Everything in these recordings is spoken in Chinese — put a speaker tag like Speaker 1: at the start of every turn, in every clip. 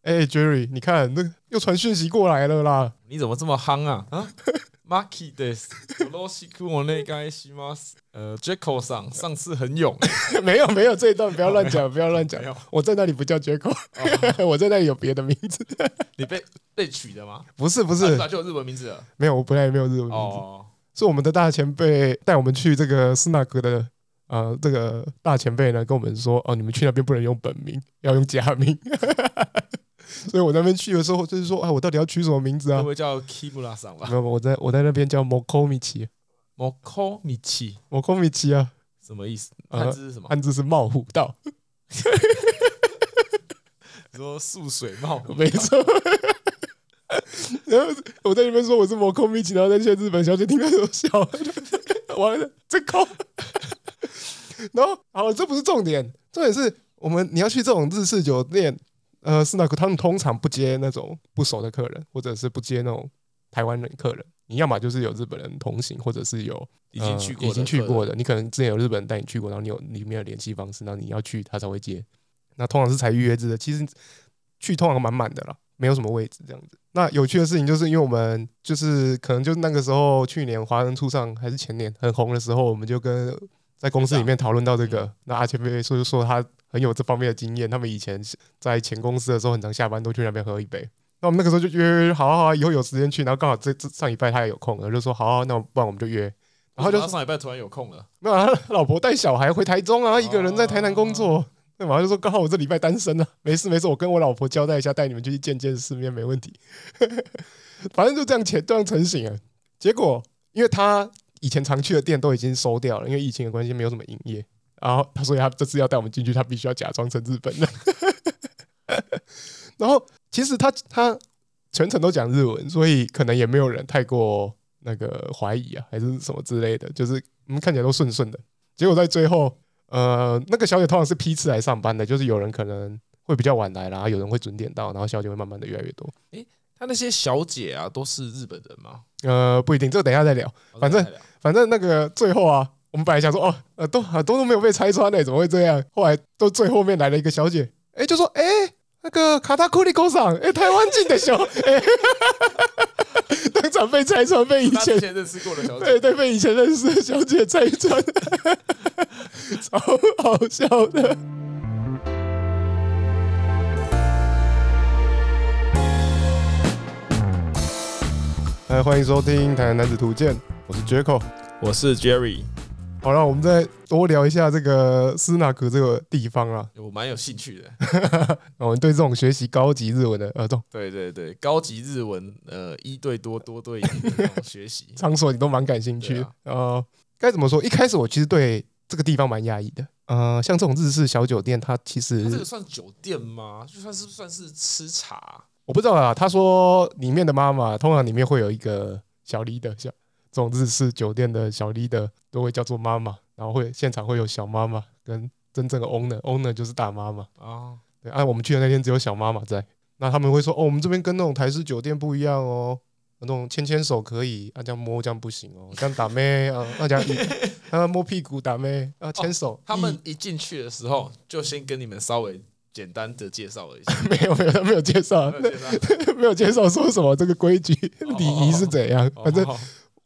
Speaker 1: 哎、j e r r y 你看，那又传讯息过来了啦。
Speaker 2: 你怎么这么夯啊？啊 m a k i des Roshiku o n e g a i s h i m a s 呃 j a c k o 上上次很勇，
Speaker 1: 没有没有，这一段不要乱讲，不要乱讲
Speaker 2: 哦没有。哦
Speaker 1: 我在那里不叫 Jaco，、我 在那里有别的名字。
Speaker 2: 你被被取的吗？
Speaker 1: 不是不
Speaker 2: 啊
Speaker 1: 是
Speaker 2: 本，来就有日文名字了。
Speaker 1: 没有，我本来也没有日文名字，
Speaker 2: 哦，
Speaker 1: 是我们的大前辈带我们去这个斯纳格的。呃，这个大前辈呢跟我们说，哦，你们去那边不能用本名，要用假名。 所以我那边去的时候，就是说，啊，我到底要取什么名字
Speaker 2: 会
Speaker 1: 啊
Speaker 2: 不？会叫 Kimura 上吧
Speaker 1: 没有，我在我在那边叫 Mokomichi。
Speaker 2: ？Mokomichi
Speaker 1: 我空米奇啊，
Speaker 2: 什么意思？
Speaker 1: 呃
Speaker 2: 汉字是什么？
Speaker 1: 汉字是冒虎道，
Speaker 2: 你说素水帽？
Speaker 1: 没错。然后我在那边说我是摩空米奇，然后那些日本小姐听到都笑， 完了，真空。然后好了，这不是重点，重点是我们你要去这种日式酒店，呃，是那个他们通常不接那种不熟的客人，或者是不接那种台湾人客人。你要么就是有日本人同行，或者是有
Speaker 2: 已经去
Speaker 1: 呃
Speaker 2: 过的
Speaker 1: 已经去过
Speaker 2: 客人
Speaker 1: 的。你可能之前有日本人带你去过，然后你有里面有联系方式，然后你要去他才会接。那通常是才预约制的，其实去通常满满的啦，没有什么位置这样子。那有趣的事情就是，因为我们就是可能就是那个时候去年华人初上还是前年很红的时候，我们就跟在公司里面讨论到这个，
Speaker 2: 嗯
Speaker 1: 那阿前辈说就说他很有这方面的经验，他们以前在前公司的时候，很常下班都去那边喝一杯。那我们那个时候就约约，好啊好啊，以后有时间去，然后刚好这这上礼拜他也有空了，就说好啊、那不然我们就约。然后就
Speaker 2: 为什么他上礼拜突然有空了，
Speaker 1: 没有、啊，他老婆带小孩回台中啊，一个人在台南工作。那马上就说，刚好我这礼拜单身啊，没事没事，我跟我老婆交代一下，带你们去见见世面，没问题。 反正就这样前这样成型啊。结果因为他以前常去的店都已经收掉了，因为疫情的关系没有什么营业。然后他所以他这次要带我们进去，他必须要假装成日本 人。然后其实他他全程都讲日文，所以可能也没有人太过那个怀疑啊，还是什么之类的，就是嗯看起来都顺顺的。结果在最后，呃，那个小姐通常是批次来上班的，就是有人可能会比较晚来啦，有人会准点到，然后小姐会慢慢的越来越多。
Speaker 2: 他那些小姐啊都是日本人吗？
Speaker 1: 呃，不一定，这个等一下再聊。
Speaker 2: 哦
Speaker 1: 反正
Speaker 2: 那太了
Speaker 1: 反正那个最后啊，我们本来想说哦，呃，都很多都没有被拆穿呢、怎么会这样？后来都最后面来了一个小姐，哎、就说哎、那个卡塔库利工厂，哎、台湾进的小，哎、 当场被拆穿，被以
Speaker 2: 他
Speaker 1: 前
Speaker 2: 之前认识过的小姐
Speaker 1: 对对，被以前认识的小姐拆穿， 超好笑的。来，哎欢迎收听《台南男子图鉴》，我是 Jaco。
Speaker 2: 我是 Jerry，
Speaker 1: 好了，我们再多聊一下这个斯纳格这个地方啊。
Speaker 2: 我蛮有兴趣的。
Speaker 1: 我们对这种学习高级日文的呃这种。
Speaker 2: 对对对，高级日文，呃，一对多，多对一的那种学习
Speaker 1: 场所，你都蛮感兴趣
Speaker 2: 对
Speaker 1: 的
Speaker 2: 啊。
Speaker 1: 呃，该怎么说？一开始我其实对这个地方蛮压抑的。呃，像这种日式小酒店，它其实
Speaker 2: 它这个算酒店吗？就算是算是吃茶啊、
Speaker 1: 我不知道啊。他说里面的妈妈通常里面会有一个小 leader，小这种日式酒店的小 leader 都会叫做妈妈，然后会现场会有小妈妈跟真正的 owner，owner 就是大妈妈。对啊，我们去的那天只有小妈妈在，那他们会说哦，我们这边跟那种台式酒店不一样哦，那种牵牵手可以，啊这样摸这样不行哦，这样打妹啊，那这样 一啊摸屁股打妹啊牵手，
Speaker 2: 哦他们
Speaker 1: 一
Speaker 2: 一进去的时候，就先跟你们稍微简单的介绍了一 下，
Speaker 1: 没有
Speaker 2: 哦
Speaker 1: 没有他没有介绍
Speaker 2: 没，有介绍
Speaker 1: 没有介绍说什么这个规矩
Speaker 2: 哦
Speaker 1: 礼仪是怎样，
Speaker 2: 哦
Speaker 1: 反正
Speaker 2: 好好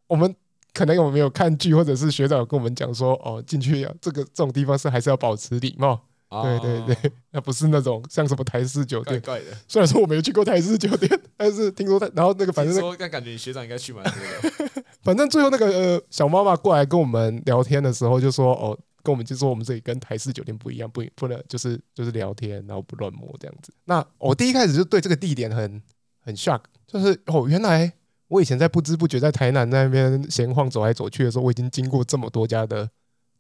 Speaker 1: 我们。可能我们有看剧，或者是学长有跟我们讲说，哦，进去要这个这种地方是还是要保持礼貌，
Speaker 2: 好
Speaker 1: 对对对， 那不是那种像什么台式酒
Speaker 2: 哦啊怪
Speaker 1: 店。
Speaker 2: 怪的。
Speaker 1: 虽然说我没有去过台式酒店，但是听说他，然后那个反
Speaker 2: 反
Speaker 1: 正那
Speaker 2: 正
Speaker 1: 个
Speaker 2: 说，但感觉你学长应该去蛮多 的。
Speaker 1: 反正最后那个、呃、小妈妈过来跟我们聊天的时候，就说哦，跟我们就说我们这里跟台式酒店不一样，不不能就是就是聊天，然后不乱摸这样子。那我第一开始就对这个地点很很 shock，就是哦，原来我以前在不知不觉在台南那边闲晃走来走去的时候，我已经经过这么多家的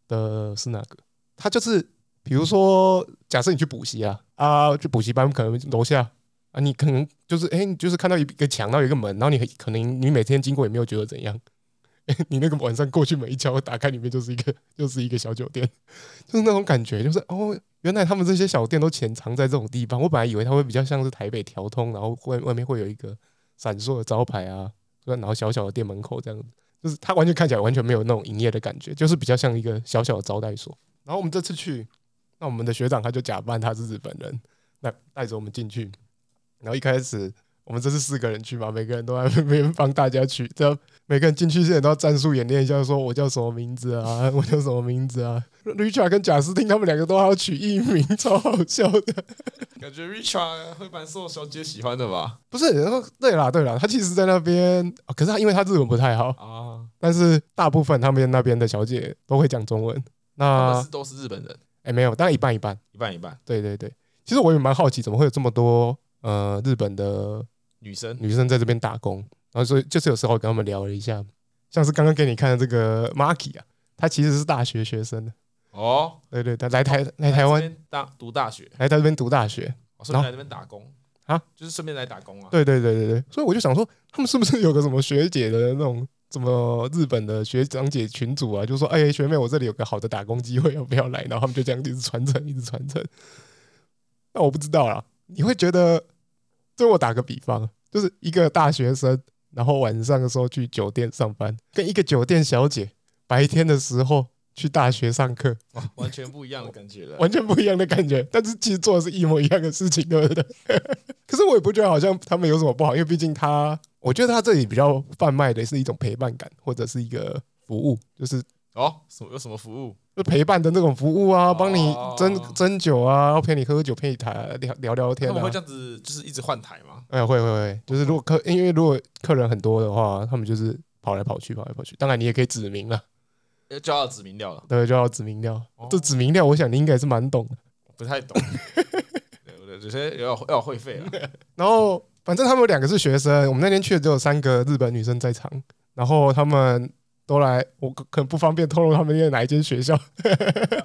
Speaker 1: 的是哪个？他就是比如说，假设你去补习啊啊，去补习班可能楼下。啊，你可能就是哎、你就是看到一个墙，然后有一个门，然后你可能你每天经过也没有觉得怎样，你那个晚上过去门一敲打开，里面就是一个就是一个小酒店，就是那种感觉，就是哦，原来他们这些小店都潜藏在这种地方。我本来以为它会比较像是台北调通，然后外外面会有一个闪烁的招牌啊，然后小小的店门口这样子，就是它完全看起来完全没有那种营业的感觉，就是比较像一个小小的招待所。然后我们这次去，那我们的学长他就假扮他是日本人，那带着我们进去。然后一开始我们这是四个人去嘛，每个人都在那边帮大家取，这样每个人进去之前都要战术演练一下，说我叫什么名字啊， 我叫什么名字啊。Richard 跟贾斯汀他们两个都还要取艺名，超好笑的。
Speaker 2: 感觉 Richard 呃会蛮受小姐喜欢的吧？
Speaker 1: 不是，然后对啦对啦，他其实在那边、啊可是他因为他日文不太好，
Speaker 2: 啊，
Speaker 1: 但是大部分他们那边的小姐都会讲中文。
Speaker 2: 他们
Speaker 1: 那
Speaker 2: 哦是都是日本人，
Speaker 1: 哎、没有，当然一半一半。
Speaker 2: 一半一半，
Speaker 1: 对对对，其实我也蛮好奇，怎么会有这么多呃日本的
Speaker 2: 女生
Speaker 1: 女生在这边打工？然后所以就是有时候跟他们聊了一下，像是刚刚给你看的这个 Marky 啊，他其实是大学学生的，
Speaker 2: 哦，
Speaker 1: 对对，他来台来台湾
Speaker 2: 这边大读大学，
Speaker 1: 来到这边读大学，
Speaker 2: 哦顺便来这边打工
Speaker 1: 啊，
Speaker 2: 就是顺便来打工啊。
Speaker 1: 对对对对对，所以我就想说，他们是不是有个什么学姐的那种？什么日本的学长姐群组啊，就说哎、学妹，我这里有个好的打工机会， 要不要来？然后他们就这样一直传承，一直传承。那我不知道啦，你会觉得，对我打个比方，就是一个大学生，然后晚上的时候去酒店上班，跟一个酒店小姐白天的时候去大学上课，
Speaker 2: 哇 完全不一样的感觉了。
Speaker 1: 完全不一样的感觉。但是其实做的是一模一样的事情，对不 对？可是我也不觉得好像他们有什么不好，因为毕竟他，我觉得他这里比较贩卖的是一种陪伴感，或者是一个服务，就是
Speaker 2: 哦，什么有什么服务？
Speaker 1: 就陪伴的那种服务啊，帮你
Speaker 2: 哦
Speaker 1: 斟斟酒啊，陪你喝酒，陪你谈聊聊聊天
Speaker 2: 他们
Speaker 1: 啊
Speaker 2: 会这。样子，就是一直换台吗？
Speaker 1: 哎，会会会，就是如果客，因为如果客人很多的话，他们就是跑来跑去，跑来跑去。当然，你也可以指名了，呃
Speaker 2: 要叫到指名料了，
Speaker 1: 对，就要指名料。
Speaker 2: 哦
Speaker 1: 这指名料，我想你应该也是蛮懂的。
Speaker 2: 不太懂。 对对，有些要要会 费啊。
Speaker 1: 然后反正他们两个是学生，我们那天去的只有三个日本女生在场，然后他们都来，我可可能不方便透露他们念哪一间学 校，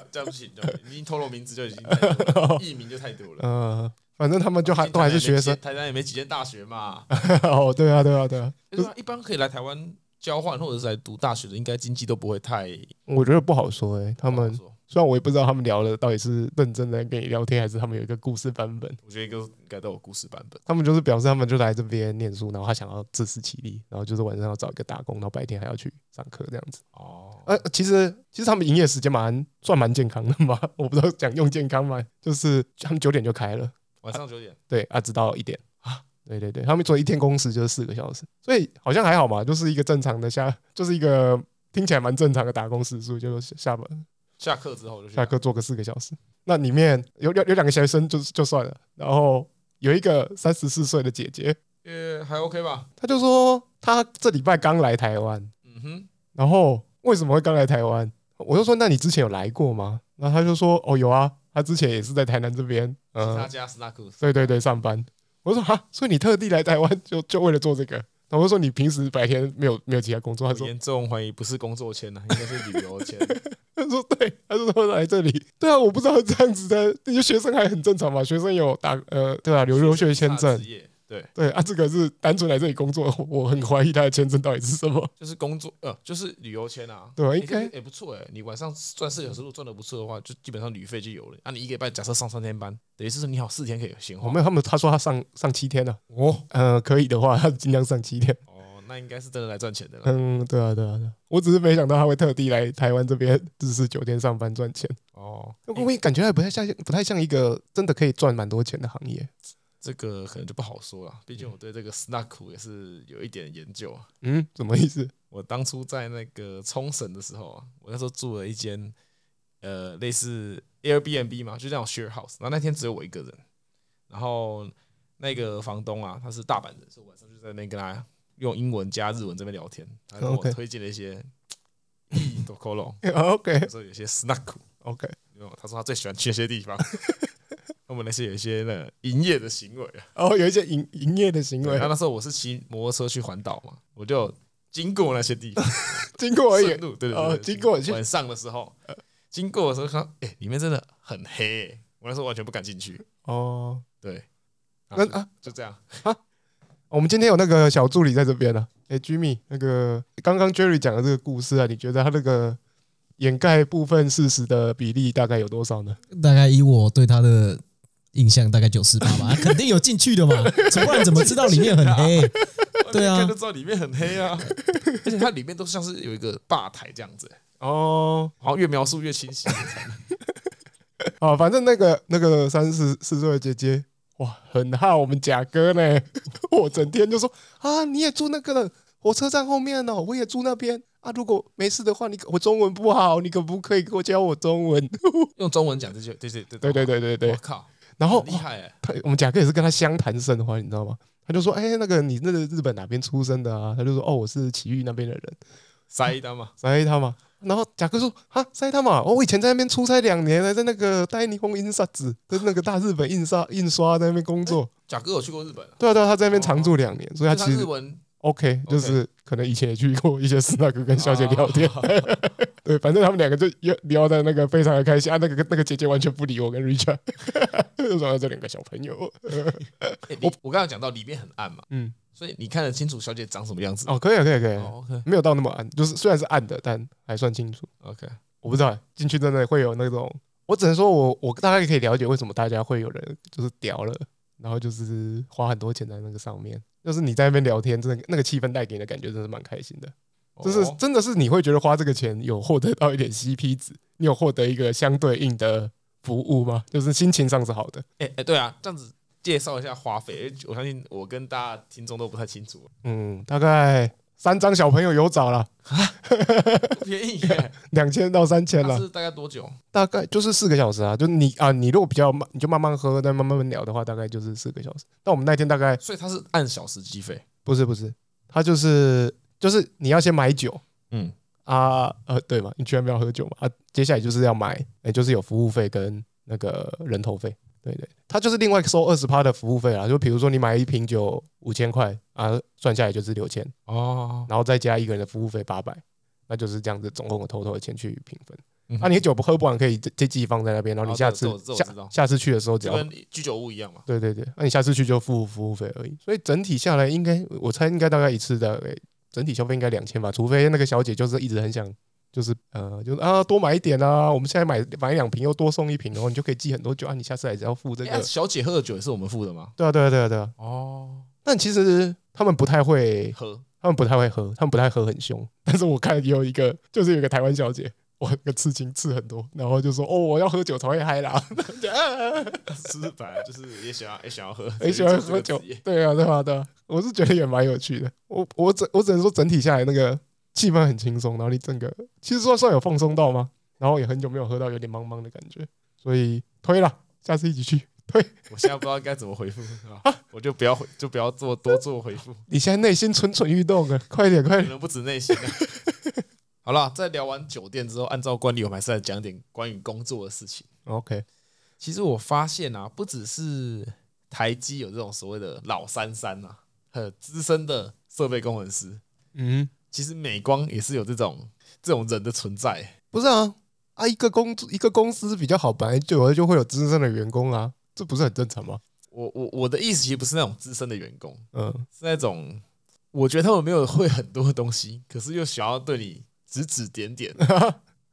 Speaker 2: 这样不行，这样不行，你透露名字就已经太多 了艺名就太多了。
Speaker 1: 呃，反正他们就还都还是学生。
Speaker 2: 台南也没几间台南也没几间大学嘛。
Speaker 1: 哦，对啊，对啊，对啊，
Speaker 2: 对啊一般可以来台湾交换或者是来读大学的，应该经济都不会太。
Speaker 1: 我觉得不好说诶、他
Speaker 2: 不
Speaker 1: 们
Speaker 2: 好说
Speaker 1: 虽然我也不知道他们聊的到底是认真的跟你聊天，还是他们有一个故事版本。
Speaker 2: 我觉得应该应该都有故事版本。
Speaker 1: 他们就是表示他们就来这边念书，然后他想要自食其力，然后就是晚上要找一个打工，然后白天还要去上课这样子。
Speaker 2: 哦，
Speaker 1: 呃，其实其实他们营业时间蛮算蛮健康的嘛， 我不知道讲用健康嘛，就是他们九点就开了，
Speaker 2: 晚上九点
Speaker 1: 对啊，直到一点啊，对对对，他们做一天工时就是四个小时，所以好像还好嘛，就是一个正常的下，就是一个听起来蛮正常的打工时数，就是下班
Speaker 2: 下课之后就去
Speaker 1: 下课做个四个小时，那里面有有有两个学生就就算了，然后有一个三十四岁的姐姐，
Speaker 2: 打，也还 OK 吧。
Speaker 1: 她就说她这礼拜刚来台湾，
Speaker 2: 嗯哼，
Speaker 1: 然后为什么会刚来台湾？我就说，那你之前有来过吗？然后他就说，哦，有啊，他之前也是在台南这边，
Speaker 2: 是他
Speaker 1: 呃，
Speaker 2: 家 snack
Speaker 1: 对对对，上班。我说哈，所以你特地来台湾 就就为了做这个？然后我就说你平时白天没有没有其他工作？他
Speaker 2: 我
Speaker 1: 说
Speaker 2: 严重怀疑不是工作签呢、啊， 应该是 旅游签。
Speaker 1: 他说对，他说他来这里，对啊，我不知道这样子的，那些学生还很正常嘛，学生有打呃，对啊，留留学签
Speaker 2: 是他的
Speaker 1: 证
Speaker 2: 职，业对，
Speaker 1: 对啊，这个是单纯来这里工作， 我我很怀疑他的签证到底是什么，
Speaker 2: 就是工作呃，就是旅游签啊。
Speaker 1: 对啊，
Speaker 2: 应
Speaker 1: 应该
Speaker 2: 该也不错哎、你晚上赚四小时，如果赚的不错的话，就基本上旅费就有了。啊，你一个礼拜假设上三天班，等于是你好四天可以闲
Speaker 1: 我
Speaker 2: 话。
Speaker 1: 哦没有，他们他说他上上七天了、
Speaker 2: 哦
Speaker 1: 呃，可以的话，他尽量上七天。
Speaker 2: 哦，那应该是真的来赚钱的了。
Speaker 1: 嗯，对啊，对啊，对啊我只是没想到他会特地来台湾这边日式酒店上班赚钱，
Speaker 2: 哦，
Speaker 1: 我也感觉还不太像，不太像一个真的可以赚蛮多钱的行业。
Speaker 2: 这个可能就不好说了，毕竟我对这个 snack 也是有一点研究啊。
Speaker 1: 嗯，什么意 思？
Speaker 2: 我当初在那个冲绳的时候啊，我那时候住了一间呃类似 Airbnb 嘛，就那种 share house。然后那天只有我一个人，然后那个房东啊，他是大阪人，所以晚上就在那边跟他用英文加日文这边聊天，他跟我
Speaker 1: OK
Speaker 2: 推荐了一些 d o c o l o
Speaker 1: 啊
Speaker 2: 有
Speaker 1: ，OK
Speaker 2: 时候有些 snack，
Speaker 1: OK，
Speaker 2: 因为他说他最喜欢去那些地方。 他们那些有一些那个营业的行为啊，
Speaker 1: 哦，有一些营营业的行
Speaker 2: 对，
Speaker 1: 为
Speaker 2: 那，那时候我是骑摩托车去环岛嘛，我就经过那些地方，
Speaker 1: 经过而
Speaker 2: 顺
Speaker 1: 已。
Speaker 2: 路，对对
Speaker 1: 哦
Speaker 2: 对，
Speaker 1: 经过去
Speaker 2: 晚上的时候，经过的时候看到，哎，里面真的很黑欸，我那时候完全不敢进去，
Speaker 1: 哦，
Speaker 2: 对，啊
Speaker 1: 那
Speaker 2: 就
Speaker 1: 啊，
Speaker 2: 就这样，
Speaker 1: 我们今天有那个小助理在这边了、诶哎，Jimmy，那个刚刚 Jerry 讲的这个故事啊，你觉得他那个掩盖部分事实的比例大概有多少呢？
Speaker 3: 大概以我对他的印象，大概九十八吧，他肯定有进去的嘛，不然怎么知道里面很黑？ 对啊
Speaker 2: 看就知道里面很黑 啊，而且它里面都像是有一个吧台这样子欸，
Speaker 1: 哦，
Speaker 2: 好像越 描述越清晰，
Speaker 1: 哦啊，反正那个那个三十四岁的姐姐，哇，很怕我们贾哥呢， 我整天就说啊，你也住那个火车站后面哦，我也住那边啊。如果没事的话，你可我中文不好，你可不可以给我教我中文？
Speaker 2: 用中文讲这句，对对对
Speaker 1: 对对对对哦对。
Speaker 2: 我靠，
Speaker 1: 然后
Speaker 2: 很厉害哎，
Speaker 1: 他我们贾哥也是跟他相谈甚欢，你知道吗？他就说：“哎、那个你那个日本哪边出生的啊？”他就说：“哦，我是埼玉那边的人。”
Speaker 2: 塞一单嘛，
Speaker 1: 塞他嘛。然后贾哥说：“啊，塞他嘛！哦我以前在那边出差两年，还在那个戴尼红印刷纸的那个大日本印刷印刷在那边工作。
Speaker 2: 贾哥有去过日本啊，
Speaker 1: 对啊，对啊，他在那边常住两年，哎哦所以他
Speaker 2: 就
Speaker 1: 其
Speaker 2: 日
Speaker 1: 实
Speaker 2: 文
Speaker 1: OK，就是可能以前也去过一些斯那哥跟小姐聊 天。对，反正他们两个就聊聊的那个非常的开心啊。那个那个姐姐完全不理我跟 Richard，就说这两个小朋友。
Speaker 2: 欸里我刚才讲到里面很暗嘛，
Speaker 1: 嗯，
Speaker 2: 所以你看得清楚小姐长什么样子。
Speaker 1: 哦，可以啊，可以啊，可以啊，
Speaker 2: 哦，OK
Speaker 1: 没有到那么暗，就是虽然是暗的，但还算清楚。
Speaker 2: OK，
Speaker 1: 我不知道进去真的会有那种，我只能说我我大概可以了解为什么大家会有人就是屌了，然后就是花很多钱在那个上面，就是你在那边聊天，真的那个气氛带给你的感觉真的是蛮开心的，就是
Speaker 2: 哦
Speaker 1: 真的是你会觉得花这个钱有获得到一点 CP 值，你有获得一个相对应的服务吗？就是心情上是好的，
Speaker 2: 哎哎，对啊，这样子介绍一下花费，因为我相信我跟大家听众都不太清楚，
Speaker 1: 嗯，大概三张小朋友有找了，
Speaker 2: 不便宜 耶，
Speaker 1: 两千到三千
Speaker 2: 那
Speaker 1: 了，
Speaker 2: 是大概多久？
Speaker 1: 大概就是四个小时啊，就你啊，你如果比较慢，你就慢慢喝，再慢慢慢聊的话，大概就是四个小时。但我们那天大概
Speaker 2: 所以它是按小时计费，
Speaker 1: 不是不是，他就是就是你要先买酒
Speaker 2: 嗯，
Speaker 1: 啊，呃，对嘛，你居然没有喝酒嘛啊，接下来就是要买，也就是有服务费跟那个人头费，对对，他就是另外收二十趴的服务费啊，就比如说你买一瓶酒五千块啊，算下来就是六千，
Speaker 2: 哦，
Speaker 1: 然后再加一个人的服务费八百，那就是这样子，总共我偷偷的钱去平分。
Speaker 2: 嗯
Speaker 1: 啊，你的酒不喝不完，可以这这寄放在那边，然后你
Speaker 2: 哦
Speaker 1: 下
Speaker 2: 这
Speaker 1: 次
Speaker 2: 这我这我
Speaker 1: 下
Speaker 2: 知道
Speaker 1: 下次去的时候只
Speaker 2: 就
Speaker 1: 要
Speaker 2: 跟居酒屋一样嘛，
Speaker 1: 对对对，那、你下次去就付服务费而已。所以整体下来，应该我猜应该大概一次的、概整体消费应该两千吧，除非那个小姐就是一直很想，就是呃，就是啊多买一点啊，我们现在买买两瓶又多送一瓶，然后你就可以寄很多酒啊，你下次还是要付这
Speaker 2: 哎
Speaker 1: 个。
Speaker 2: 啊小姐喝的酒也是我们付的吗？
Speaker 1: 对啊对啊对啊对啊，
Speaker 2: 哦，
Speaker 1: 但其实他们不太会，
Speaker 2: 喝，
Speaker 1: 他们不太会喝，他们不太喝很凶。但是我看有一个，就是有一个台湾小姐，哇，那个刺青刺很多，然后就说哦我要喝酒才会嗨啦，
Speaker 2: 是本来就是也啊想要也想要喝，
Speaker 1: 很喜欢喝酒
Speaker 2: 所以做这个职业，
Speaker 1: 对啊，对啊，对啊，我是觉得也蛮有趣的。我我只我只能说整体下来那个气氛很轻松，然后你整个其实说算有放松到吗？然后也很久没有喝到有点茫茫的感觉，所以推了，下次一起去。
Speaker 2: 我现在不知道该怎么回复，是吧我就不要回就不要做多做回复。
Speaker 1: 你现在内心蠢蠢欲动啊，快点快
Speaker 2: 可
Speaker 1: 点！
Speaker 2: 能不止内心、啊。 好了，在聊完酒店之后，按照惯例，我们还是来讲点关于工作的事情。
Speaker 1: OK，
Speaker 2: 其实我发现啊，不只是台积有这种所谓的老三三啊，很资深的设备工程师，
Speaker 1: 嗯，
Speaker 2: 其实美光也是有这种这种人的存在。
Speaker 1: 不是啊，啊一个公一个公司比较好，本来就有就会有资深的员工啊，这不是很正常吗？
Speaker 2: 我我我的意思其实不是那种资深的员工，
Speaker 1: 嗯，
Speaker 2: 是那种我觉得他们没有会很多东西，可是又想要对你指指点点。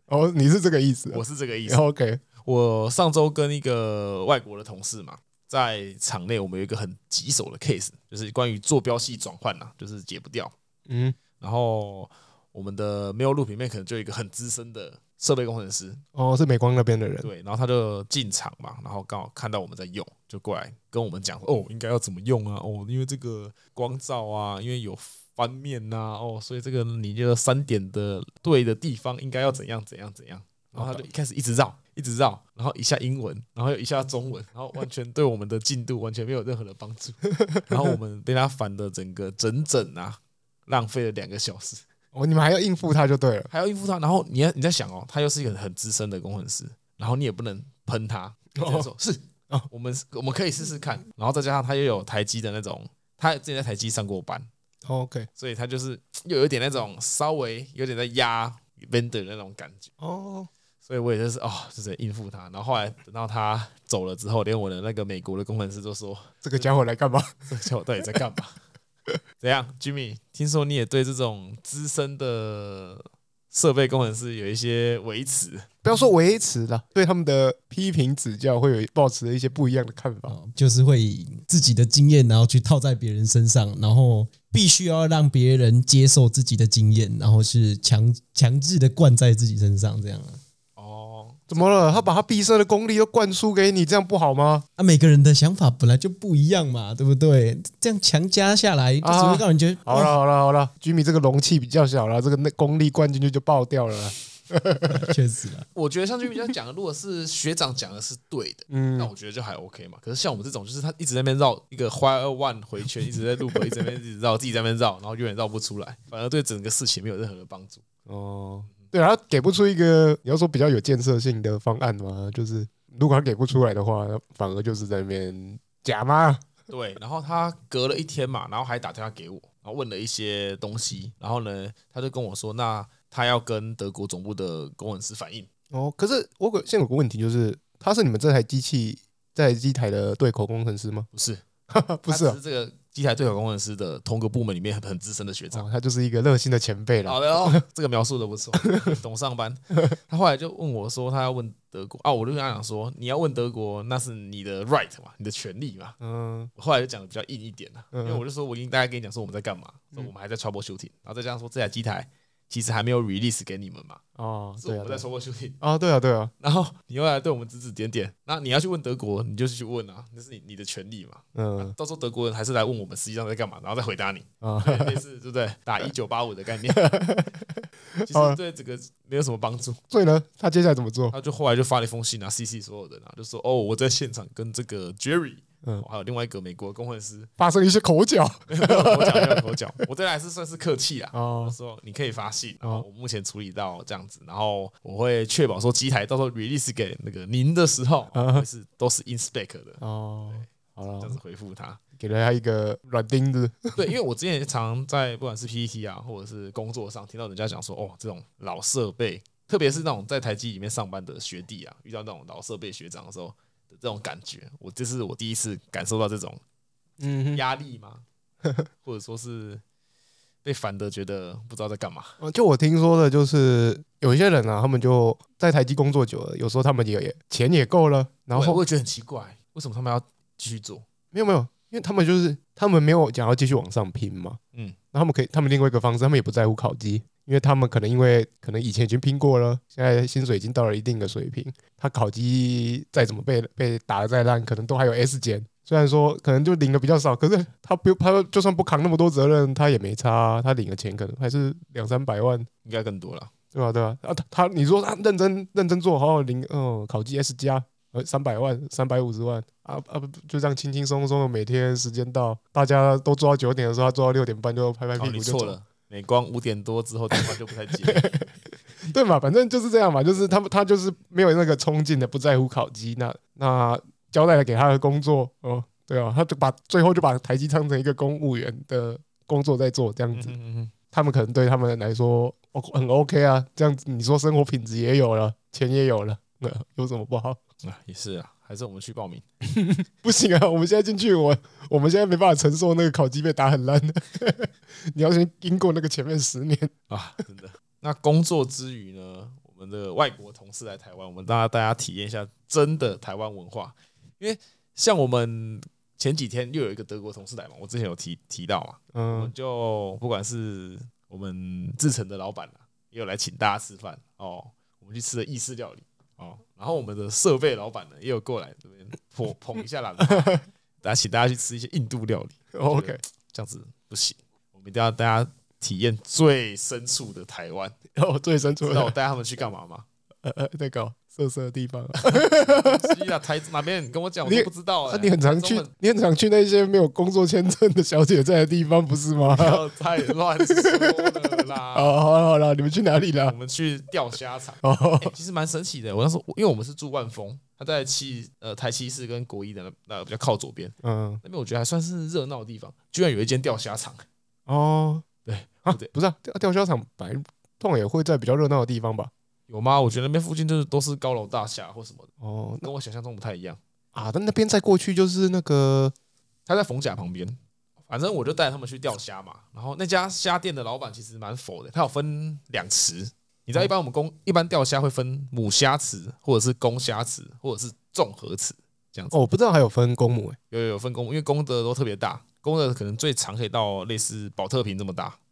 Speaker 1: 哦，你是这个意思、啊
Speaker 2: 我是这个意思。
Speaker 1: ？OK，
Speaker 2: 我上周跟一个外国的同事嘛，在场内我们有一个很棘手的 case，就是关于坐标系转换呐，就是解不掉。
Speaker 1: 嗯，
Speaker 2: 然后我们的 mail loop 里面可能就有一个很资深的设备工程师，
Speaker 1: 哦，是美光那边的人，
Speaker 2: 对，然后他就进场嘛，然后刚好看到我们在用，就过来跟我们讲哦，应该要怎么用啊，哦，因为这个光照啊，因为有翻面呐、哦，所以这个你这个三点的对的地方应该要怎样怎样怎样，然后他就一开始一直绕，一直绕，然后一下英文，然后又一下中文，然后完全对我们的进度完全没有任何的帮助， 然后我们被他烦的整个整整啊，浪费了两个小时。
Speaker 1: 哦，你们还要应付他就对了，
Speaker 2: 还要应付他。然后你要你在想哦，他又是一个很资深的工程师，然后你也不能喷他，你只能说是
Speaker 1: 哦
Speaker 2: 我们我们可以试试看。然后再加上他又有台积的那种，他之前在台积上过班，
Speaker 1: ，OK，
Speaker 2: 所以他就是又有一点那种稍微有点在压 vendor 的那种感觉。
Speaker 1: 哦，
Speaker 2: 所以我也就是哦，就是应付他。然后后来等到他走了之后，连我的那个美国的工程师都说：“
Speaker 1: 这个家伙来干嘛？
Speaker 2: 这个球到底在干嘛？怎样，Jimmy？听说你也对这种资深的设备工程师有一些维持，
Speaker 1: 不要说维持了，对他们的批评指教会有抱持一些不一样的看法。
Speaker 3: 哦就是会以自己的经验，然后去套在别人身上，然后必须要让别人接受自己的经验，然后是强强制的灌在自己身上，这样啊。
Speaker 2: 哦，
Speaker 1: 怎么了？他把他毕生的功力都灌输给你，这样不好吗？
Speaker 3: 啊，每个人的想法本来就不一样嘛，对不对？这样强加下来，只
Speaker 1: 啊
Speaker 3: 会让人觉得
Speaker 1: 好了好了好了，居民这个容器比较小了，这个那功力灌进去就爆掉了啦。
Speaker 3: 哦确实啊，
Speaker 2: 我觉得像俊比较讲的，如果是学长讲的是对的，那
Speaker 1: 嗯，
Speaker 2: 我觉得就还 OK 嘛。可是像我们这种，就是他一直在那边绕一个花二万回圈，一直在路口，一直在那边一直绕，自己在那边绕，然后永远绕不出来，反而对整个事情没有任何的帮助。
Speaker 1: 哦，对啊，他给不出一个你要说比较有建设性的方案嘛，就是如果他给不出来的话，反而就是在那边假嘛。
Speaker 2: 对，然后他隔了一天嘛，然后还打电话给我，然后问了一些东西，然后呢，他就跟我说，那他要跟德国总部的工程师反映。
Speaker 1: 哦，可是我有现在有个问题就是，他是你们这台机器这台机台的对口工程师吗？
Speaker 2: 不是，
Speaker 1: 不是
Speaker 2: 他只
Speaker 1: 啊，
Speaker 2: 是这个机台对口工程师的同个部门里面很很资深的学长。
Speaker 1: 哦他就是一个热心的前辈啦。
Speaker 2: 好的哦，这个描述的不错，懂上班。他后来就问我说，他要问德国啊，我就跟他讲说，你要问德国，那是你的 right 嘛，你的权利嘛。
Speaker 1: 嗯，
Speaker 2: 我后来就讲的比较硬一点了，因
Speaker 1: 嗯
Speaker 2: 为我就说我已经大概跟你讲说我们在干嘛，说我们还在 trouble shooting，然后再加上说这台机台其实还没有 release 给你们嘛，
Speaker 1: 哦，
Speaker 2: 是
Speaker 1: 对
Speaker 2: 我
Speaker 1: 啊
Speaker 2: 们，
Speaker 1: 对
Speaker 2: 在
Speaker 1: 啊
Speaker 2: trouble shooting，
Speaker 1: 啊，对啊，对啊，
Speaker 2: 然后你又来对我们指指点点，那你要去问德国，你就去问啊，那是你你的权利嘛。
Speaker 1: 嗯
Speaker 2: 到时候德国人还是来问我们实际上在干嘛，然后再回答你，
Speaker 1: 啊，
Speaker 2: 对类似对不对？打一九八五的 概念，其
Speaker 1: 好
Speaker 2: 实
Speaker 1: 啊
Speaker 2: 对这个没有什么帮助。
Speaker 1: 所以呢，他接下来怎么做？
Speaker 2: 他就后来就发了一封信啊，CC 所有人啊，就说哦，我在现场跟这个 Jerry，
Speaker 1: 嗯
Speaker 2: 嗯，还有另外一个美国工会师，
Speaker 1: 发生一些口角
Speaker 2: 没有口角，没有口角，我这还是算是客气啦。我
Speaker 1: 哦，
Speaker 2: 说你可以发信，然
Speaker 1: 哦
Speaker 2: 后我目前处理到这样子，然后我会确保说机台到时候 release 给那个您的时候，
Speaker 1: 啊
Speaker 2: 会是都是 inspect 的，
Speaker 1: 哦，好
Speaker 2: 这样子
Speaker 1: 了，
Speaker 2: 回复他。
Speaker 1: 给了他一个软钉子。
Speaker 2: 对，因为我之前也常在不管是 PPT 啊，或者是工作上听到人家讲说，哦，这种老设备，特别是那种在台积里面上班的学弟啊，遇到那种老设备学长的时候的这种感觉，我这是我第一次感受到这种
Speaker 1: 嗯
Speaker 2: 压力嘛， 或者说是被烦的觉得不知道在干嘛。
Speaker 1: 哼，就我听说的，就是有一些人啊，他们就在台积工作久了，有时候他们也也钱也够了，然
Speaker 2: 然后
Speaker 1: 后
Speaker 2: 我也觉得很奇怪，为什么他们要继续做？
Speaker 1: 没有没有，因为他们就是他们没有想要继续往上拼嘛，
Speaker 2: 嗯，
Speaker 1: 那他们可以，他们另外一个方式，他们也不在乎考绩，因为他们可能因为可能以前已经拼过了，现在薪水已经到了一定的水平，他考绩再怎么被被打的再烂，可能都还有 S 减。虽然说可能就领的比较少，可是他不他就算不扛那么多责任，他也没差啊、他领的钱可能还是两三百万，
Speaker 2: 应该更多了。
Speaker 1: 对吧、对吧、啊？他他你说他认真认真做，好好领，哦，考级 S 加，呃，三百万、三百五十万啊啊，不就这样轻轻松松的，每天时间到，大家都做到九点的时候，他做到六点半就拍拍
Speaker 2: 哦，
Speaker 1: 屁
Speaker 2: 你
Speaker 1: 股就走
Speaker 2: 错，了，美光五点多之后电话就不太接。
Speaker 1: 对嘛？反正就是这样嘛，就是他们他就是没有那个冲劲的，不在乎考级，那那交代了给他的工作，哦，对啊，他就把最后就把台积当成一个公务员的工作在做，这样
Speaker 2: 嗯
Speaker 1: 子，
Speaker 2: 嗯嗯
Speaker 1: 他们可能对他们来说哦很 OK 啊，这样子你说生活品质也有了，钱也有了， 那、有什么不好？
Speaker 2: 嗯啊，也是啊，还是我们去报名。
Speaker 1: 不行啊，我们现在进去，我我们现在没办法承受那个烤鸡被打很烂。 你要先经过那个前面十年，
Speaker 2: 啊，真的。 那工作之余呢，我们的外国同事来台湾，我们大家大家体验一下真的台湾文化，因为像我们前几天又有一个德国同事来嘛，我之前有提提到嘛，我
Speaker 1: 嗯
Speaker 2: 们就不管是我们志诚的老板啊，也有来请大家吃饭哦，我们去吃了意式料理哦，然后我们的设备老板呢也有过来这边捧捧一下 啦，大家请大家去吃一些印度料理。
Speaker 1: 哦，OK，
Speaker 2: 这样子不行，我们一定要大家体验最深处的台湾。
Speaker 1: 然后哦最深处
Speaker 2: 知道我
Speaker 1: 的
Speaker 2: 带他们去干嘛 吗？
Speaker 1: 呃呃那个哦色色的地方啊，
Speaker 2: 去啊，台哪边？你跟我讲，我
Speaker 1: 你
Speaker 2: 都不知道、欸。
Speaker 1: 啊 你很常去，你很常去那些没有工作签证的小姐在的地方，不是 吗？
Speaker 2: 不要太乱说 了啦。
Speaker 1: 哦，好了好了，你们去哪里
Speaker 2: 我
Speaker 1: 了？
Speaker 2: 们去钓虾场，
Speaker 1: 哦
Speaker 2: 欸其实蛮神奇的。我那时候，因为我们是住万丰，它在七呃台七市跟国一的那那比较靠左边，
Speaker 1: 嗯
Speaker 2: 那边我觉得还算是热闹的地方，居然有一间钓虾场。
Speaker 1: 哦，
Speaker 2: 对
Speaker 1: 啊
Speaker 2: 对，
Speaker 1: 不是啊，吊吊销场白痛也会在比较热闹的地方吧？
Speaker 2: 有吗？我觉得那边附近就是都是高楼大厦或什么的，
Speaker 1: 哦，那
Speaker 2: 跟我想象中不太一样。
Speaker 1: 啊，但那边再过去就是那个
Speaker 2: 他在逢甲旁边，反正我就带他们去钓虾嘛。然后那家虾店的老板其实蛮佛的，他有分两池。
Speaker 1: 嗯
Speaker 2: 你知道，一般我们公一般钓虾会分母虾池，或者是公虾池，或者是综合池。
Speaker 1: 哦，我不知道还有分公母哎，
Speaker 2: 有有有分公，因为公的都特别大，公的可能最长可以到类似保特瓶这么大。